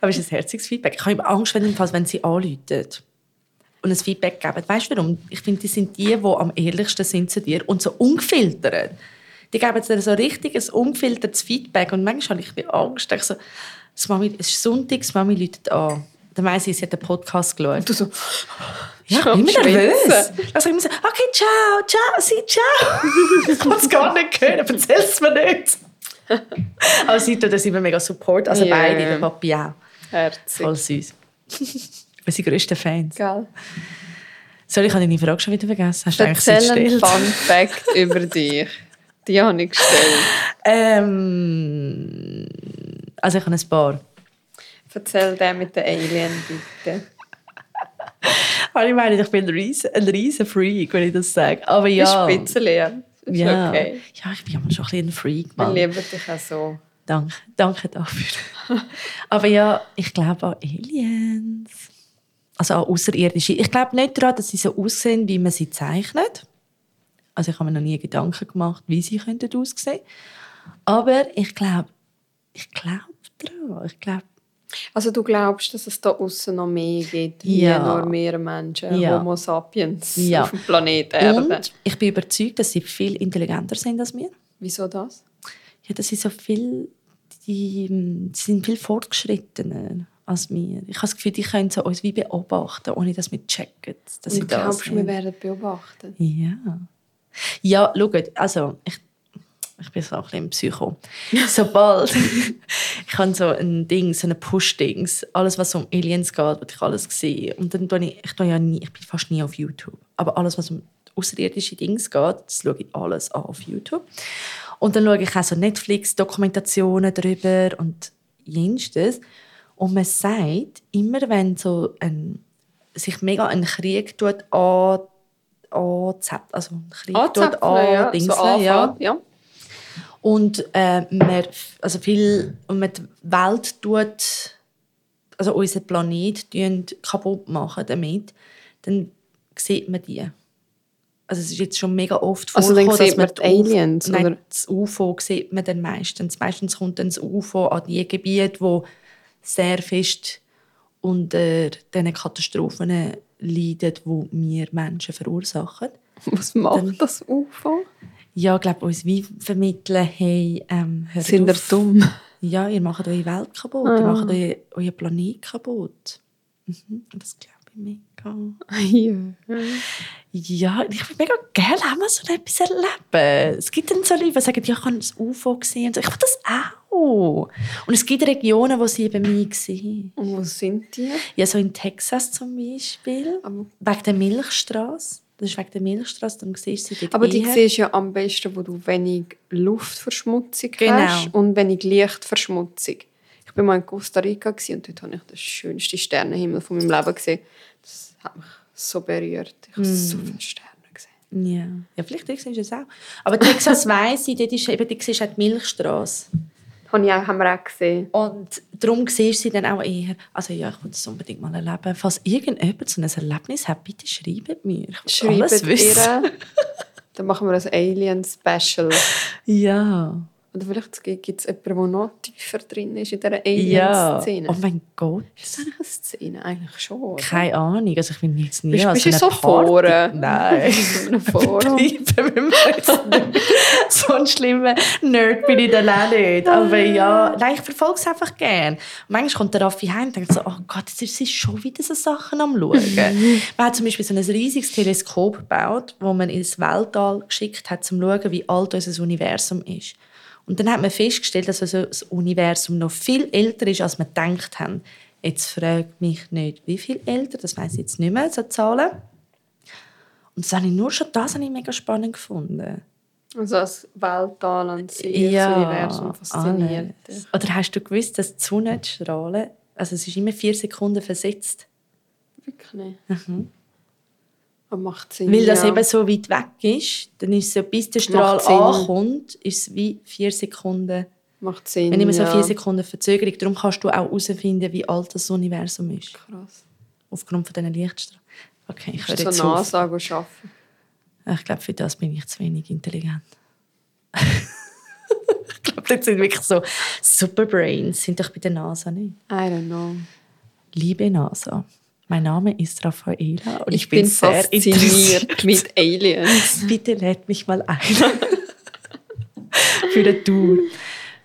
[SPEAKER 2] Aber es ist ein herziges Feedback. Ich habe immer Angst, wenn, jedenfalls, wenn sie anrufen und ein Feedback geben. Weißt du warum? Ich finde, die sind die, die am ehrlichsten sind zu dir und so ungefiltert. Die geben dir so richtig ein ungefiltertes Feedback. Und manchmal habe ich ein bisschen Angst. Ich denke so, das Mami, es ist Sonntag, das Mami läutet an. Dann weiss ich, sie hat den Podcast geschaut.
[SPEAKER 3] Du so,
[SPEAKER 2] Ja, ich
[SPEAKER 3] Schon
[SPEAKER 2] bin immer
[SPEAKER 3] schwitzen.
[SPEAKER 2] nervös. Also ich muss sagen, okay, ciao, ciao, sie, ciao. *laughs* ich kann es gar nicht hören, erzähl es mir
[SPEAKER 3] *laughs*
[SPEAKER 2] nicht. Aber sie tut das immer mega Support, also
[SPEAKER 3] Yeah.
[SPEAKER 2] beide, der Papi auch.
[SPEAKER 3] herzig.
[SPEAKER 2] *laughs* Voll süß. Unsere grössten Fans.
[SPEAKER 3] Gell?
[SPEAKER 2] Sorry, ich habe deine Frage schon wieder vergessen. Hast du eigentlich sie
[SPEAKER 3] Erzähl einen
[SPEAKER 2] gestellt?
[SPEAKER 3] Fun
[SPEAKER 2] *laughs*
[SPEAKER 3] Fact *laughs* über dich. Die habe ich gestellt.
[SPEAKER 2] Ähm, also ich habe ein paar.
[SPEAKER 3] Erzähl den mit den Alien, bitte.
[SPEAKER 2] Aber ich meine, ich bin ein riesen, ein riesen Freak, wenn ich das sage. Aber ja.
[SPEAKER 3] Ja. Ein bisschen leer. Ist
[SPEAKER 2] ja.
[SPEAKER 3] okay.
[SPEAKER 2] ja, ich bin aber schon ein bisschen ein Freak,
[SPEAKER 3] Wir
[SPEAKER 2] Mann.
[SPEAKER 3] lieben dich auch so.
[SPEAKER 2] Danke, danke dafür. *laughs* Aber ja, ich glaube an Aliens. Also an Außerirdische. Ich glaube nicht daran, dass sie so aussehen, wie man sie zeichnet. Also ich habe mir noch nie Gedanken gemacht, wie sie könnten aussehen. Aber ich glaube, ich glaube daran. Ich glaube,
[SPEAKER 3] Also du glaubst, dass es da außen noch mehr gibt,
[SPEAKER 2] Ja.
[SPEAKER 3] wie noch mehr Menschen,
[SPEAKER 2] Ja.
[SPEAKER 3] Homo sapiens
[SPEAKER 2] Ja.
[SPEAKER 3] auf dem Planeten Erde.
[SPEAKER 2] Und ich bin überzeugt, dass sie viel intelligenter sind als wir.
[SPEAKER 3] Wieso das?
[SPEAKER 2] Ja, dass sie so viel, die, ähm, sie sind viel fortgeschrittener als wir. Ich habe das Gefühl, die können so uns wie beobachten, ohne dass wir checken, dass sie
[SPEAKER 3] Und
[SPEAKER 2] da
[SPEAKER 3] glaubst du, wir
[SPEAKER 2] sind.
[SPEAKER 3] werden beobachtet?
[SPEAKER 2] Ja. Ja, schaut, also ich, ich bin so ein bisschen Psycho. Sobald ich habe so ein Ding, so ein Push-Dings, alles was um Aliens geht, wird ich alles gesehen. Und dann tue ich, ich tue ja nie, ich bin fast nie auf YouTube, aber alles was um außerirdische Dings geht, das schaue ich alles an auf YouTube. Und dann schaue ich auch so Netflix-Dokumentationen darüber und jenstes. Und man sagt, immer wenn so ein, sich mega ein Krieg tut an, anzapft, also ein Krieg tut
[SPEAKER 3] Anzapfen, ja.
[SPEAKER 2] andingseln,
[SPEAKER 3] so anfangen,
[SPEAKER 2] ja.
[SPEAKER 3] ja. *laughs*
[SPEAKER 2] Und äh, man, also viel, und man die Welt tut, also unseren Planet tun kaputt machen damit, dann sieht man die. Also es ist jetzt schon mega oft
[SPEAKER 3] Also dann
[SPEAKER 2] vorgekommen,
[SPEAKER 3] sieht man die
[SPEAKER 2] UFO
[SPEAKER 3] Aliens,
[SPEAKER 2] Nein,
[SPEAKER 3] oder?
[SPEAKER 2] das UFO sieht man dann meistens. Meistens kommt dann das UFO an die Gebiete, wo sehr fest unter diesen Katastrophen leiden, die wir Menschen verursachen.
[SPEAKER 3] Was macht das UFO?
[SPEAKER 2] Ja, ich glaube, uns wie vermitteln, hey, ähm, hört
[SPEAKER 3] Sind wir
[SPEAKER 2] auf.
[SPEAKER 3] dumm? *laughs*
[SPEAKER 2] Ja, ihr macht eure Welt kaputt, ihr
[SPEAKER 3] Ah.
[SPEAKER 2] macht euer, euer Planet kaputt. Mhm, das glaube ich mega. Ja, ich würde mega gerne auch mal so etwas erleben. Es gibt dann so Leute, die sagen, ja, ich habe ein UFO gesehen. Und so. Ich will das auch. Und es gibt Regionen, wo sie eben nie gesehen
[SPEAKER 3] Und wo sind die?
[SPEAKER 2] Ja, so in Texas zum Beispiel.
[SPEAKER 3] Aber,
[SPEAKER 2] Wegen der Milchstraße. Das ist wegen der Milchstraße, dann siehst du sie dort
[SPEAKER 3] aber die
[SPEAKER 2] eher.
[SPEAKER 3] siehst du ja am besten, wo du wenig Luftverschmutzung
[SPEAKER 2] Genau.
[SPEAKER 3] hast und wenig Lichtverschmutzung. Ich war mal in Costa Rica gewesen und dort habe ich den schönsten Sternenhimmel von meinem Leben gesehen. Das hat mich so berührt. Ich habe so viele Sterne gesehen.
[SPEAKER 2] Ja. ja, vielleicht siehst du es auch. Aber Texas weiss ich, dort ist eben, die siehst du auch die Milchstraße.
[SPEAKER 3] Habe ich auch, haben wir auch gesehen.
[SPEAKER 2] Und darum siehst du sie dann auch eher. Also ja, ich will das unbedingt mal erleben. Falls irgendjemand so ein Erlebnis hat, bitte schreibt mir. Ich will alles
[SPEAKER 3] Schreibt
[SPEAKER 2] wissen.
[SPEAKER 3] ihr. *laughs* Dann machen wir ein Alien-Special.
[SPEAKER 2] Ja.
[SPEAKER 3] Oder vielleicht gibt es jemanden, der noch tiefer drin ist in dieser
[SPEAKER 2] Ja.
[SPEAKER 3] Alien-Szene.
[SPEAKER 2] Oh mein Gott.
[SPEAKER 3] Ist das eigentlich eine Szene? Eigentlich schon. oder?
[SPEAKER 2] Keine Ahnung. Also ich bin jetzt nie
[SPEAKER 3] Bist,
[SPEAKER 2] an
[SPEAKER 3] bist du
[SPEAKER 2] einer
[SPEAKER 3] so
[SPEAKER 2] Party-
[SPEAKER 3] vorne? *laughs*
[SPEAKER 2] Nein.
[SPEAKER 3] Bist du so vorne?
[SPEAKER 2] Bleiben
[SPEAKER 3] *laughs*
[SPEAKER 2] wir jetzt *laughs* nicht. so ein schlimmer Nerd bin ich dann auch nicht. Aber ja, nein, ich verfolge es einfach gerne. Und manchmal kommt der Raffi heim und denkt so, oh Gott, jetzt ist sie schon wieder so Sachen am Schauen. man hat zum Beispiel so ein riesiges Teleskop gebaut, wo man ins Weltall geschickt hat, um zu schauen, wie alt unser Universum ist. Und dann hat man festgestellt, dass also das Universum noch viel älter ist, als wir gedacht haben. Jetzt fragt mich nicht, wie viel älter, das weiß ich jetzt nicht mehr, so Zahlen. Und das habe ich nur schon das habe ich mega spannend gefunden.
[SPEAKER 3] Also das Weltall an sich, das Universum fasziniert dich.
[SPEAKER 2] alles. Oder hast du gewusst, dass die Sonne die Strahlen, also es ist immer vier Sekunden versetzt,
[SPEAKER 3] Wirklich nicht. Aber macht Sinn,
[SPEAKER 2] Mhm. weil das
[SPEAKER 3] ja.
[SPEAKER 2] eben so weit weg ist, dann ist es so, bis der Strahl
[SPEAKER 3] Macht Sinn.
[SPEAKER 2] ankommt, ist es wie vier Sekunden.
[SPEAKER 3] macht Sinn,
[SPEAKER 2] Wenn immer so
[SPEAKER 3] ja.
[SPEAKER 2] vier Sekunden Verzögerung, darum kannst du auch herausfinden, wie alt das Universum ist,
[SPEAKER 3] Krass.
[SPEAKER 2] aufgrund von diesen Lichtstrahlen. Okay, ich höre
[SPEAKER 3] Ich
[SPEAKER 2] jetzt
[SPEAKER 3] so nah
[SPEAKER 2] auf.
[SPEAKER 3] sagen und arbeiten.
[SPEAKER 2] Ich glaube, für das bin ich zu wenig intelligent. *laughs* ich glaube, das sind wirklich so Superbrains. Sind doch bei der NASA nicht.
[SPEAKER 3] I don't know.
[SPEAKER 2] Liebe NASA, mein Name ist Raffaela und ich,
[SPEAKER 3] bin,
[SPEAKER 2] bin, sehr interessiert.
[SPEAKER 3] fasziniert mit Aliens.
[SPEAKER 2] Bitte lädt mich mal ein. für eine Tour.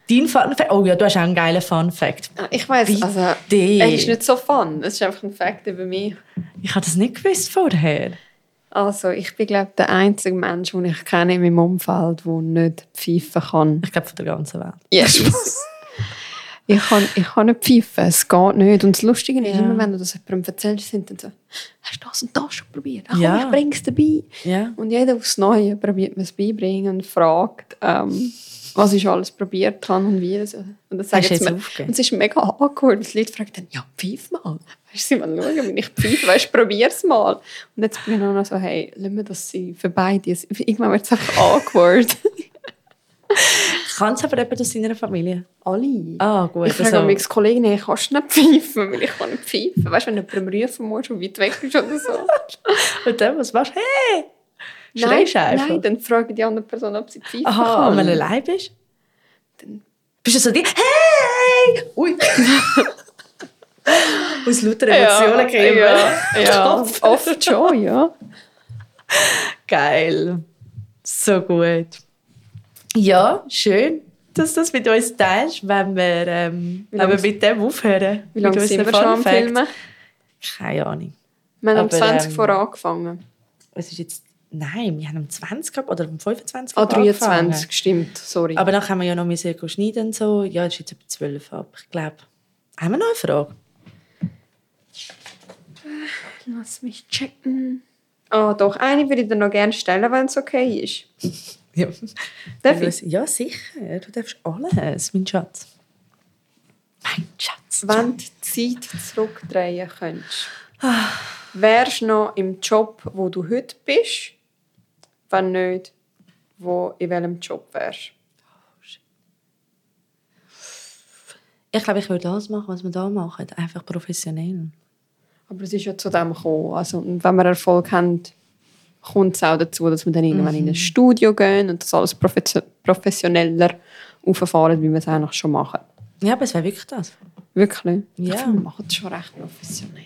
[SPEAKER 2] Dein Fun Fact. Oh ja, du hast auch einen geilen Fun Fact.
[SPEAKER 3] Ich weiß,
[SPEAKER 2] Bitte.
[SPEAKER 3] also er ist nicht so fun. Es ist einfach ein Fakt über mich.
[SPEAKER 2] Ich habe das nicht gewusst vorher.
[SPEAKER 3] Also ich bin glaube der einzige Mensch, den ich kenne in meinem Umfeld, der nicht pfeifen kann.
[SPEAKER 2] Ich glaube, von der ganzen Welt.
[SPEAKER 3] Yes. *laughs* Ich kann, ich kann nicht pfeifen, es geht nicht. Und das Lustige ist
[SPEAKER 2] Ja.
[SPEAKER 3] immer, wenn du das jemandem erzählst, sind dann so, hast du das und das schon probiert? Ach, komm,
[SPEAKER 2] Ja.
[SPEAKER 3] ich bring's dabei.
[SPEAKER 2] Ja.
[SPEAKER 3] Und jeder aufs Neue probiert mir es beibringen und fragt, ähm, was ich schon alles probiert habe und wie. Also, und das sagen
[SPEAKER 2] Hast du jetzt
[SPEAKER 3] sie mir-
[SPEAKER 2] aufgegeben?
[SPEAKER 3] und es ist mega awkward, weil die Leute fragen dann, ja, pfeif mal. Weißt du, sie mal schauen, wenn ich pfeife, weißt du, probier's mal. Und jetzt bin ich auch noch so, hey, lass mir das sein, für beide. Es- Irgendwann wird es einfach awkward.
[SPEAKER 2] Kann es aber jemand aus seiner Familie?
[SPEAKER 3] Alle.
[SPEAKER 2] Ah, gut.
[SPEAKER 3] Ich frage meine Kollegen, hey, kannst du nicht pfeifen? Weil ich kann nicht pfeifen. Weißt du, wenn du jemanden rufen musst und weit weg bist oder so.
[SPEAKER 2] Und dann, was machst du? Hey! *laughs* Schreist du einfach?
[SPEAKER 3] nein, dann frage ich die andere Person, ob sie pfeifen
[SPEAKER 2] Aha,
[SPEAKER 3] kann.
[SPEAKER 2] und wenn du allein bist? bist du so die «Hey!» Ui!
[SPEAKER 3] *laughs*
[SPEAKER 2] Aus lauter Emotionen kriegen
[SPEAKER 3] ja, ja.
[SPEAKER 2] Kopf.
[SPEAKER 3] Oft schon, ja.
[SPEAKER 2] Geil. So gut. Ja, schön, dass du das mit uns teilst, wenn wir, ähm,
[SPEAKER 3] Wie
[SPEAKER 2] wenn wir
[SPEAKER 3] lange-
[SPEAKER 2] mit dem aufhören.
[SPEAKER 3] Wie lange
[SPEAKER 2] Mit
[SPEAKER 3] sind wir
[SPEAKER 2] unseren
[SPEAKER 3] schon am
[SPEAKER 2] Fun Facts.
[SPEAKER 3] Filmen?
[SPEAKER 2] Keine Ahnung.
[SPEAKER 3] Wir haben um
[SPEAKER 2] Aber,
[SPEAKER 3] 20
[SPEAKER 2] ähm,
[SPEAKER 3] vor angefangen. Ah,
[SPEAKER 2] Es ist jetzt... Nein, wir haben am 20 ab- oder am 25
[SPEAKER 3] Ah,
[SPEAKER 2] angefangen.
[SPEAKER 3] 23, stimmt, sorry.
[SPEAKER 2] Aber dann haben wir ja noch müssen gehen schneiden und so. Ja, es ist jetzt etwa 12 ab, ich glaube. Haben wir noch eine
[SPEAKER 3] *laughs*
[SPEAKER 2] Frage?
[SPEAKER 3] Lass mich checken. Ah, doch, eine würde ich dir noch gerne stellen, wenn es okay ist.
[SPEAKER 2] Ja.
[SPEAKER 3] Darf ich?
[SPEAKER 2] Ja, sicher. Du darfst alles, mein Schatz. Mein Schatz.
[SPEAKER 3] Wenn du die Zeit zurückdrehen könntest, wärst du noch im Job, wo du heute bist? Wenn nicht, wo in welchem Job wärst
[SPEAKER 2] Ich glaube, ich würde das machen, was wir da machen. Einfach professionell.
[SPEAKER 3] Aber es ist ja zu dem gekommen. Also, und wenn wir Erfolg haben, kommt es auch dazu, dass wir dann irgendwann
[SPEAKER 2] Mhm.
[SPEAKER 3] in ein Studio gehen und das alles profe- professioneller auffahren, wie wir es eigentlich schon machen.
[SPEAKER 2] Ja, aber es wäre wirklich das.
[SPEAKER 3] Wirklich?
[SPEAKER 2] Ja.
[SPEAKER 3] Ich finde, wir machen es schon recht professionell.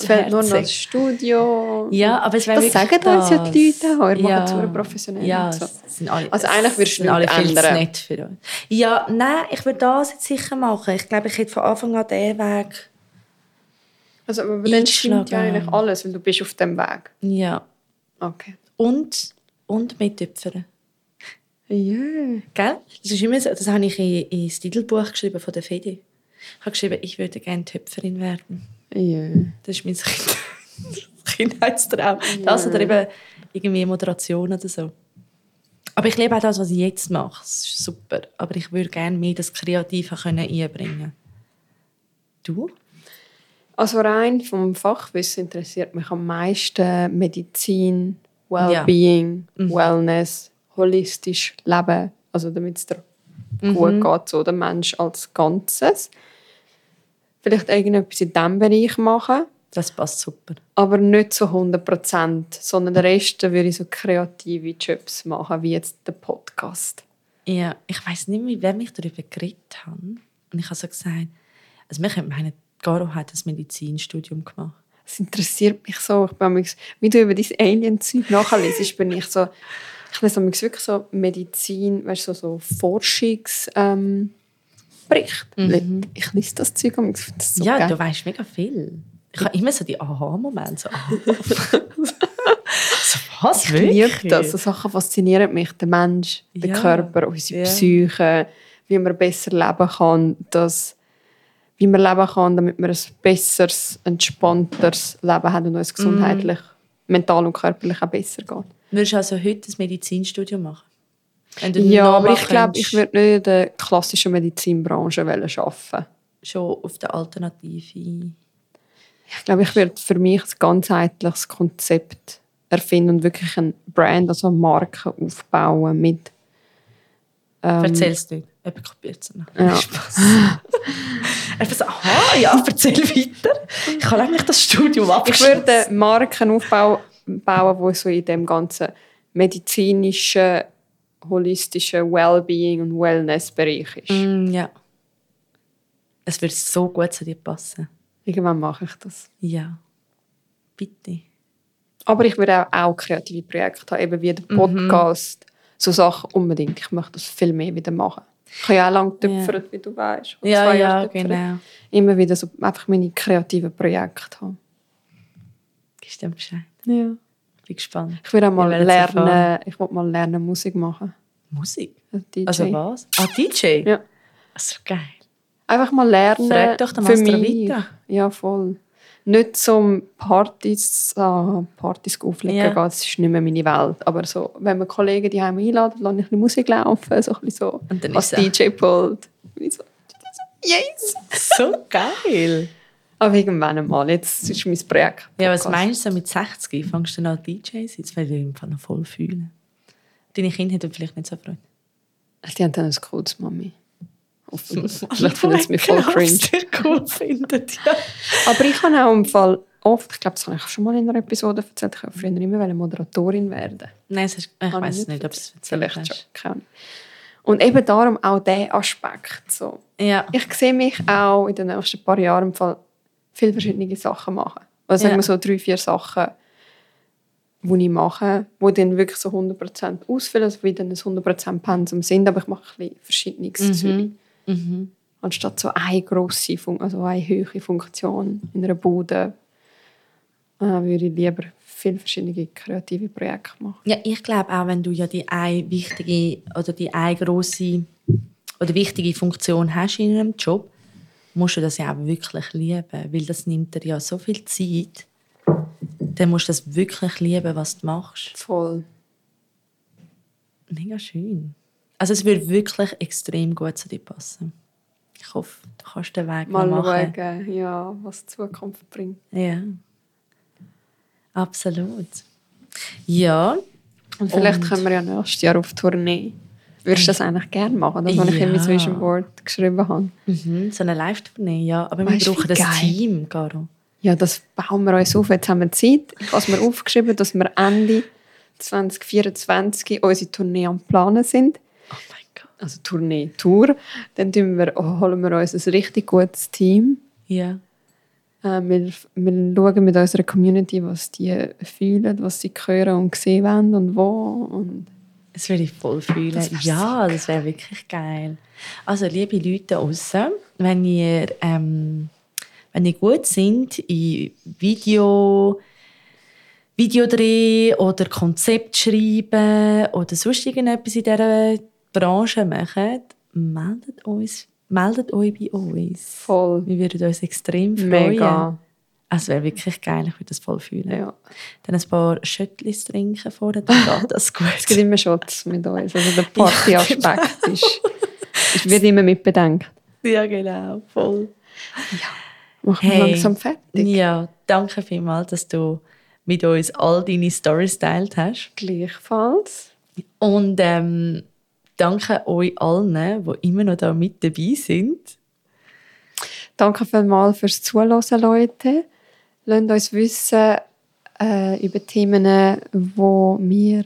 [SPEAKER 3] Es fehlt nur noch das
[SPEAKER 2] Herzig.
[SPEAKER 3] Studio.
[SPEAKER 2] Ja, aber es wäre
[SPEAKER 3] Das
[SPEAKER 2] wirklich
[SPEAKER 3] sagen uns ja die
[SPEAKER 2] das.
[SPEAKER 3] Leute auch. Ihr macht es sehr professionell
[SPEAKER 2] Ja,
[SPEAKER 3] und so.
[SPEAKER 2] es sind alle,
[SPEAKER 3] Also eigentlich würdest du
[SPEAKER 2] es sind alle
[SPEAKER 3] nichts
[SPEAKER 2] viel zu
[SPEAKER 3] ändern.
[SPEAKER 2] nett für uns. Ja, nein, ich würde das jetzt sicher machen. Ich glaube, ich hätte von Anfang an den Weg...
[SPEAKER 3] Also, aber dann stimmt ja
[SPEAKER 2] Einschlagen.
[SPEAKER 3] eigentlich alles, weil du bist auf dem Weg.
[SPEAKER 2] Ja.
[SPEAKER 3] Okay.
[SPEAKER 2] Und, und mittöpfern.
[SPEAKER 3] Yeah.
[SPEAKER 2] Gell? Das, ist immer so, das habe ich in- ins Titelbuch geschrieben von der Fede. Ich habe geschrieben, ich würde gerne Töpferin werden.
[SPEAKER 3] Yeah.
[SPEAKER 2] Das ist mein kind *laughs* Kindheitstraum. Das oder eben irgendwie Moderation oder so. Aber ich liebe auch das, was ich jetzt mache. Das ist super. Aber ich würde gerne mehr das Kreative können einbringen Du?
[SPEAKER 3] Also rein vom Fachwissen interessiert mich am meisten Medizin, Wellbeing, Wellness, holistisch Leben, also damit es dir gut geht, so der Mensch als Ganzes. Vielleicht irgendetwas in diesem Bereich machen,
[SPEAKER 2] Das passt super.
[SPEAKER 3] aber nicht zu 100 Prozent, sondern den Rest würde ich so kreative Jobs machen, wie jetzt der Podcast.
[SPEAKER 2] Ja, ich weiß nicht mehr, mit wem ich darüber geredet habe. Und ich habe so gesagt, also wir könnten meinen, Garo hat ein Medizinstudium gemacht.
[SPEAKER 3] Es interessiert mich so. Ich bin manchmal- wie du über dein Alien-Zeug nachlesest, bin ich so. Ich lese manchmal wirklich so Medizin, weißt du, so, so Forschungsbericht. Ähm, Bericht. Ich lese das Zeug und ich finde das so
[SPEAKER 2] Mhm. Ja,
[SPEAKER 3] geil.
[SPEAKER 2] du weißt mega viel. Ich habe immer so die Aha-Momente. So, aha. *laughs* so, was?
[SPEAKER 3] Ich liebe das. So Sachen faszinieren mich. Der Mensch, der
[SPEAKER 2] Ja.
[SPEAKER 3] Körper, unsere
[SPEAKER 2] Ja.
[SPEAKER 3] Psyche, wie man besser leben kann, das, wie man leben kann, damit man ein besseres, entspannteres Leben hat und
[SPEAKER 2] Mhm.
[SPEAKER 3] uns gesundheitlich, mental und körperlich auch besser geht.
[SPEAKER 2] Würdest du also heute ein Medizinstudium machen? Wenn du
[SPEAKER 3] Ja,
[SPEAKER 2] noch
[SPEAKER 3] aber ich
[SPEAKER 2] machen
[SPEAKER 3] glaube, ich
[SPEAKER 2] könntest,
[SPEAKER 3] würde nicht in der klassischen Medizinbranche wollen arbeiten.
[SPEAKER 2] Schon auf der Alternative.
[SPEAKER 3] Ich glaube, ich würde für mich ein ganzheitliches Konzept erfinden und wirklich ein Brand, also eine Marke aufbauen mit.
[SPEAKER 2] Erzähl es nicht. Jemand kopiert es noch.
[SPEAKER 3] Ähm, Ja.
[SPEAKER 2] Spass. *laughs* Einfach so, aha, ja, erzähl weiter. Ich kann eigentlich das Studium
[SPEAKER 3] Ich
[SPEAKER 2] abschließen.
[SPEAKER 3] würde Marken aufbauen, bauen, die so in dem ganzen medizinischen, holistischen Wellbeing und Wellness-Bereich ist.
[SPEAKER 2] Mm, ja. Es würde so gut zu dir passen.
[SPEAKER 3] Irgendwann mache ich das.
[SPEAKER 2] Ja. Bitte.
[SPEAKER 3] Aber ich würde auch, auch kreative Projekte haben, eben wie der
[SPEAKER 2] Mhm.
[SPEAKER 3] Podcast, so Sachen unbedingt. Ich möchte das viel mehr wieder machen. Ich habe ja auch lange getöpfert, wie du weißt.
[SPEAKER 2] Ja, ja, genau.
[SPEAKER 3] Immer wieder so einfach meine kreativen Projekte haben.
[SPEAKER 2] Gibst du mir Bescheid?
[SPEAKER 3] Ja.
[SPEAKER 2] Bin gespannt.
[SPEAKER 3] Ich will auch mal
[SPEAKER 2] werden's
[SPEAKER 3] lernen,
[SPEAKER 2] erfahren.
[SPEAKER 3] ich will mal lernen, Musik machen.
[SPEAKER 2] Musik?
[SPEAKER 3] als DJ.
[SPEAKER 2] Also was? Ah, DJ?
[SPEAKER 3] Ja.
[SPEAKER 2] Also geil.
[SPEAKER 3] Einfach mal lernen.
[SPEAKER 2] Frag doch den
[SPEAKER 3] für
[SPEAKER 2] Master
[SPEAKER 3] mich.
[SPEAKER 2] weiter.
[SPEAKER 3] Ja, voll. Nicht zum Partys, ah, Partys auflegen
[SPEAKER 2] Ja.
[SPEAKER 3] gehen, das ist nicht mehr meine Welt. Aber so, wenn wir Kollegen die heim einladen, lasse ich ein bisschen Musik laufen, so ein bisschen so
[SPEAKER 2] Und dann
[SPEAKER 3] als
[SPEAKER 2] ist es-
[SPEAKER 3] DJ pult. Bin ich so, yes!
[SPEAKER 2] So geil.
[SPEAKER 3] Aber irgendwann einmal, jetzt ist mein Projekt.
[SPEAKER 2] Ja, was
[SPEAKER 3] Podcast.
[SPEAKER 2] meinst du so mit 60? Fängst du dann an DJ zu sein? Das würde ich im Fall noch voll fühlen. Deine Kinder hätten vielleicht nicht so Freude.
[SPEAKER 3] Die haben dann ein cooles Mami.
[SPEAKER 2] *laughs*
[SPEAKER 3] Hoffentlich. Vielleicht finden sie mich voll cringe.
[SPEAKER 2] Sehr
[SPEAKER 3] *laughs*
[SPEAKER 2] cool findet, ja.
[SPEAKER 3] Aber ich habe auch im Fall oft, ich glaube, das habe ich schon mal in einer Episode erzählt, ich wollte früher immer wollte Moderatorin werden.
[SPEAKER 2] Nein, es ist, ich
[SPEAKER 3] Habe
[SPEAKER 2] weiß nicht, ob es
[SPEAKER 3] Vielleicht schon, keine Ahnung. Und eben darum auch dieser Aspekt. So.
[SPEAKER 2] Ja,
[SPEAKER 3] Ich sehe mich auch in den nächsten paar Jahren im Fall viele verschiedene Sachen machen. Also sagen
[SPEAKER 2] Ja.
[SPEAKER 3] wir so drei, vier Sachen, die ich mache, die dann wirklich so 100% ausfüllen, also wie dann ein 100% Pensum sind, aber ich mache ein bisschen verschiedenes
[SPEAKER 2] Mhm.
[SPEAKER 3] Zeug. Anstatt so eine grosse, Fun also eine hohe Funktion in einer Bude, äh, würde ich lieber viele verschiedene kreative Projekte machen.
[SPEAKER 2] ja ich glaube auch, wenn du ja die eine wichtige oder die eine grosse oder wichtige Funktion hast in einem Job, musst du das ja auch wirklich lieben, weil das nimmt dir ja so viel Zeit. Dann musst du das wirklich lieben, was du machst.
[SPEAKER 3] Voll.
[SPEAKER 2] Mega schön. Also es würde wirklich extrem gut zu dir passen. Ich hoffe, du kannst den Weg
[SPEAKER 3] Mal
[SPEAKER 2] noch machen.
[SPEAKER 3] schauen, ja, was die Zukunft bringt.
[SPEAKER 2] Ja. Absolut. Ja.
[SPEAKER 3] Und vielleicht
[SPEAKER 2] Und-
[SPEAKER 3] können wir ja nächstes Jahr auf Tournee. Würdest du das eigentlich gerne machen? Das, was ich
[SPEAKER 2] Ja.
[SPEAKER 3] in mein Vision Board geschrieben habe.
[SPEAKER 2] Mhm. So eine Live-Tournee, ja. Aber
[SPEAKER 3] Weißt du, wie
[SPEAKER 2] wir brauchen das
[SPEAKER 3] geil?
[SPEAKER 2] Team, Caro.
[SPEAKER 3] Ja, das bauen wir uns auf. Jetzt haben wir Zeit. Ich habe es mir aufgeschrieben, dass wir Ende 2024 unsere Tournee am Planen sind.
[SPEAKER 2] Oh mein Gott.
[SPEAKER 3] Also Tournee, Tour. Dann tun wir, oh, holen wir uns ein richtig gutes Team.
[SPEAKER 2] Ja.
[SPEAKER 3] Äh, wir, wir schauen mit unserer Community, was die fühlen, was sie hören und sehen wollen und wo. Und
[SPEAKER 2] Das würde ich voll fühlen.
[SPEAKER 3] Das wär
[SPEAKER 2] ja, das wäre wirklich geil. Also, liebe Leute da draussen, wenn ihr, ähm, wenn ihr gut sind in Video, Videodreh oder Konzept schreiben oder sonst irgendetwas in dieser Branche machen, meldet, uns, meldet euch bei uns.
[SPEAKER 3] voll.
[SPEAKER 2] Wir würden uns extrem freuen.
[SPEAKER 3] Mega.
[SPEAKER 2] Also, es wäre wirklich geil, ich würde das voll fühlen.
[SPEAKER 3] Ja.
[SPEAKER 2] Dann ein paar Schöttlis trinken vorher, dann geht das gut.
[SPEAKER 3] *laughs* Es gibt immer Schutz mit uns. Also der Partyaspekt ist, ist, wird immer mitbedenkt.
[SPEAKER 2] Ja, genau, voll.
[SPEAKER 3] Machen wir
[SPEAKER 2] Hey.
[SPEAKER 3] langsam fertig.
[SPEAKER 2] Ja, danke vielmals, dass du mit uns all deine Storys teilt hast.
[SPEAKER 3] Gleichfalls.
[SPEAKER 2] Und ähm, danke euch allen, die immer noch da mit dabei sind.
[SPEAKER 3] Danke vielmals fürs Zuhören, Leute. Lasst uns wissen äh, über Themen, wo wir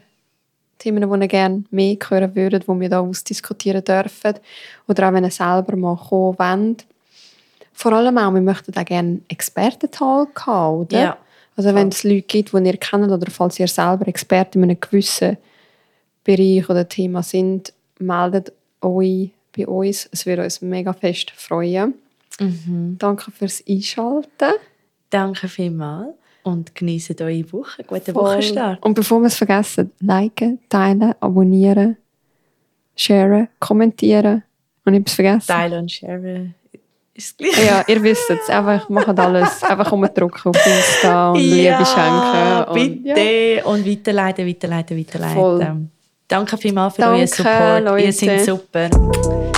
[SPEAKER 3] Themen, die ihr gerne mehr hören würdet, die wir hier ausdiskutieren dürfen. Oder auch, wenn ihr selber mal kommen wollt. Vor allem auch, wir möchten auch gerne Expertentalk haben, oder?
[SPEAKER 2] Ja.
[SPEAKER 3] Also wenn es Leute gibt, die ihr kennt, oder falls ihr selber Experte in einem gewissen Bereich oder Thema sind, meldet euch bei uns. Es würde uns mega fest freuen.
[SPEAKER 2] Mhm.
[SPEAKER 3] Danke fürs Einschalten.
[SPEAKER 2] Danke vielmals und genießt eure Woche. Guten
[SPEAKER 3] Voll.
[SPEAKER 2] Wochenstart.
[SPEAKER 3] Und bevor wir es vergessen, liken, teilen, abonnieren, sharen, kommentieren. Und ich hab's vergessen.
[SPEAKER 2] Teil und Share ist gleich.
[SPEAKER 3] Ja, ihr wisst es. Einfach machen alles. Einfach umdrücken auf Insta
[SPEAKER 2] *laughs*
[SPEAKER 3] und Liebe
[SPEAKER 2] Ja,
[SPEAKER 3] schenken. Und, ja.
[SPEAKER 2] bitte. Und weiterleiten, weiterleiten, weiterleiten.
[SPEAKER 3] Voll.
[SPEAKER 2] Danke vielmals für
[SPEAKER 3] Danke,
[SPEAKER 2] euren Support.
[SPEAKER 3] Leute.
[SPEAKER 2] Ihr seid super.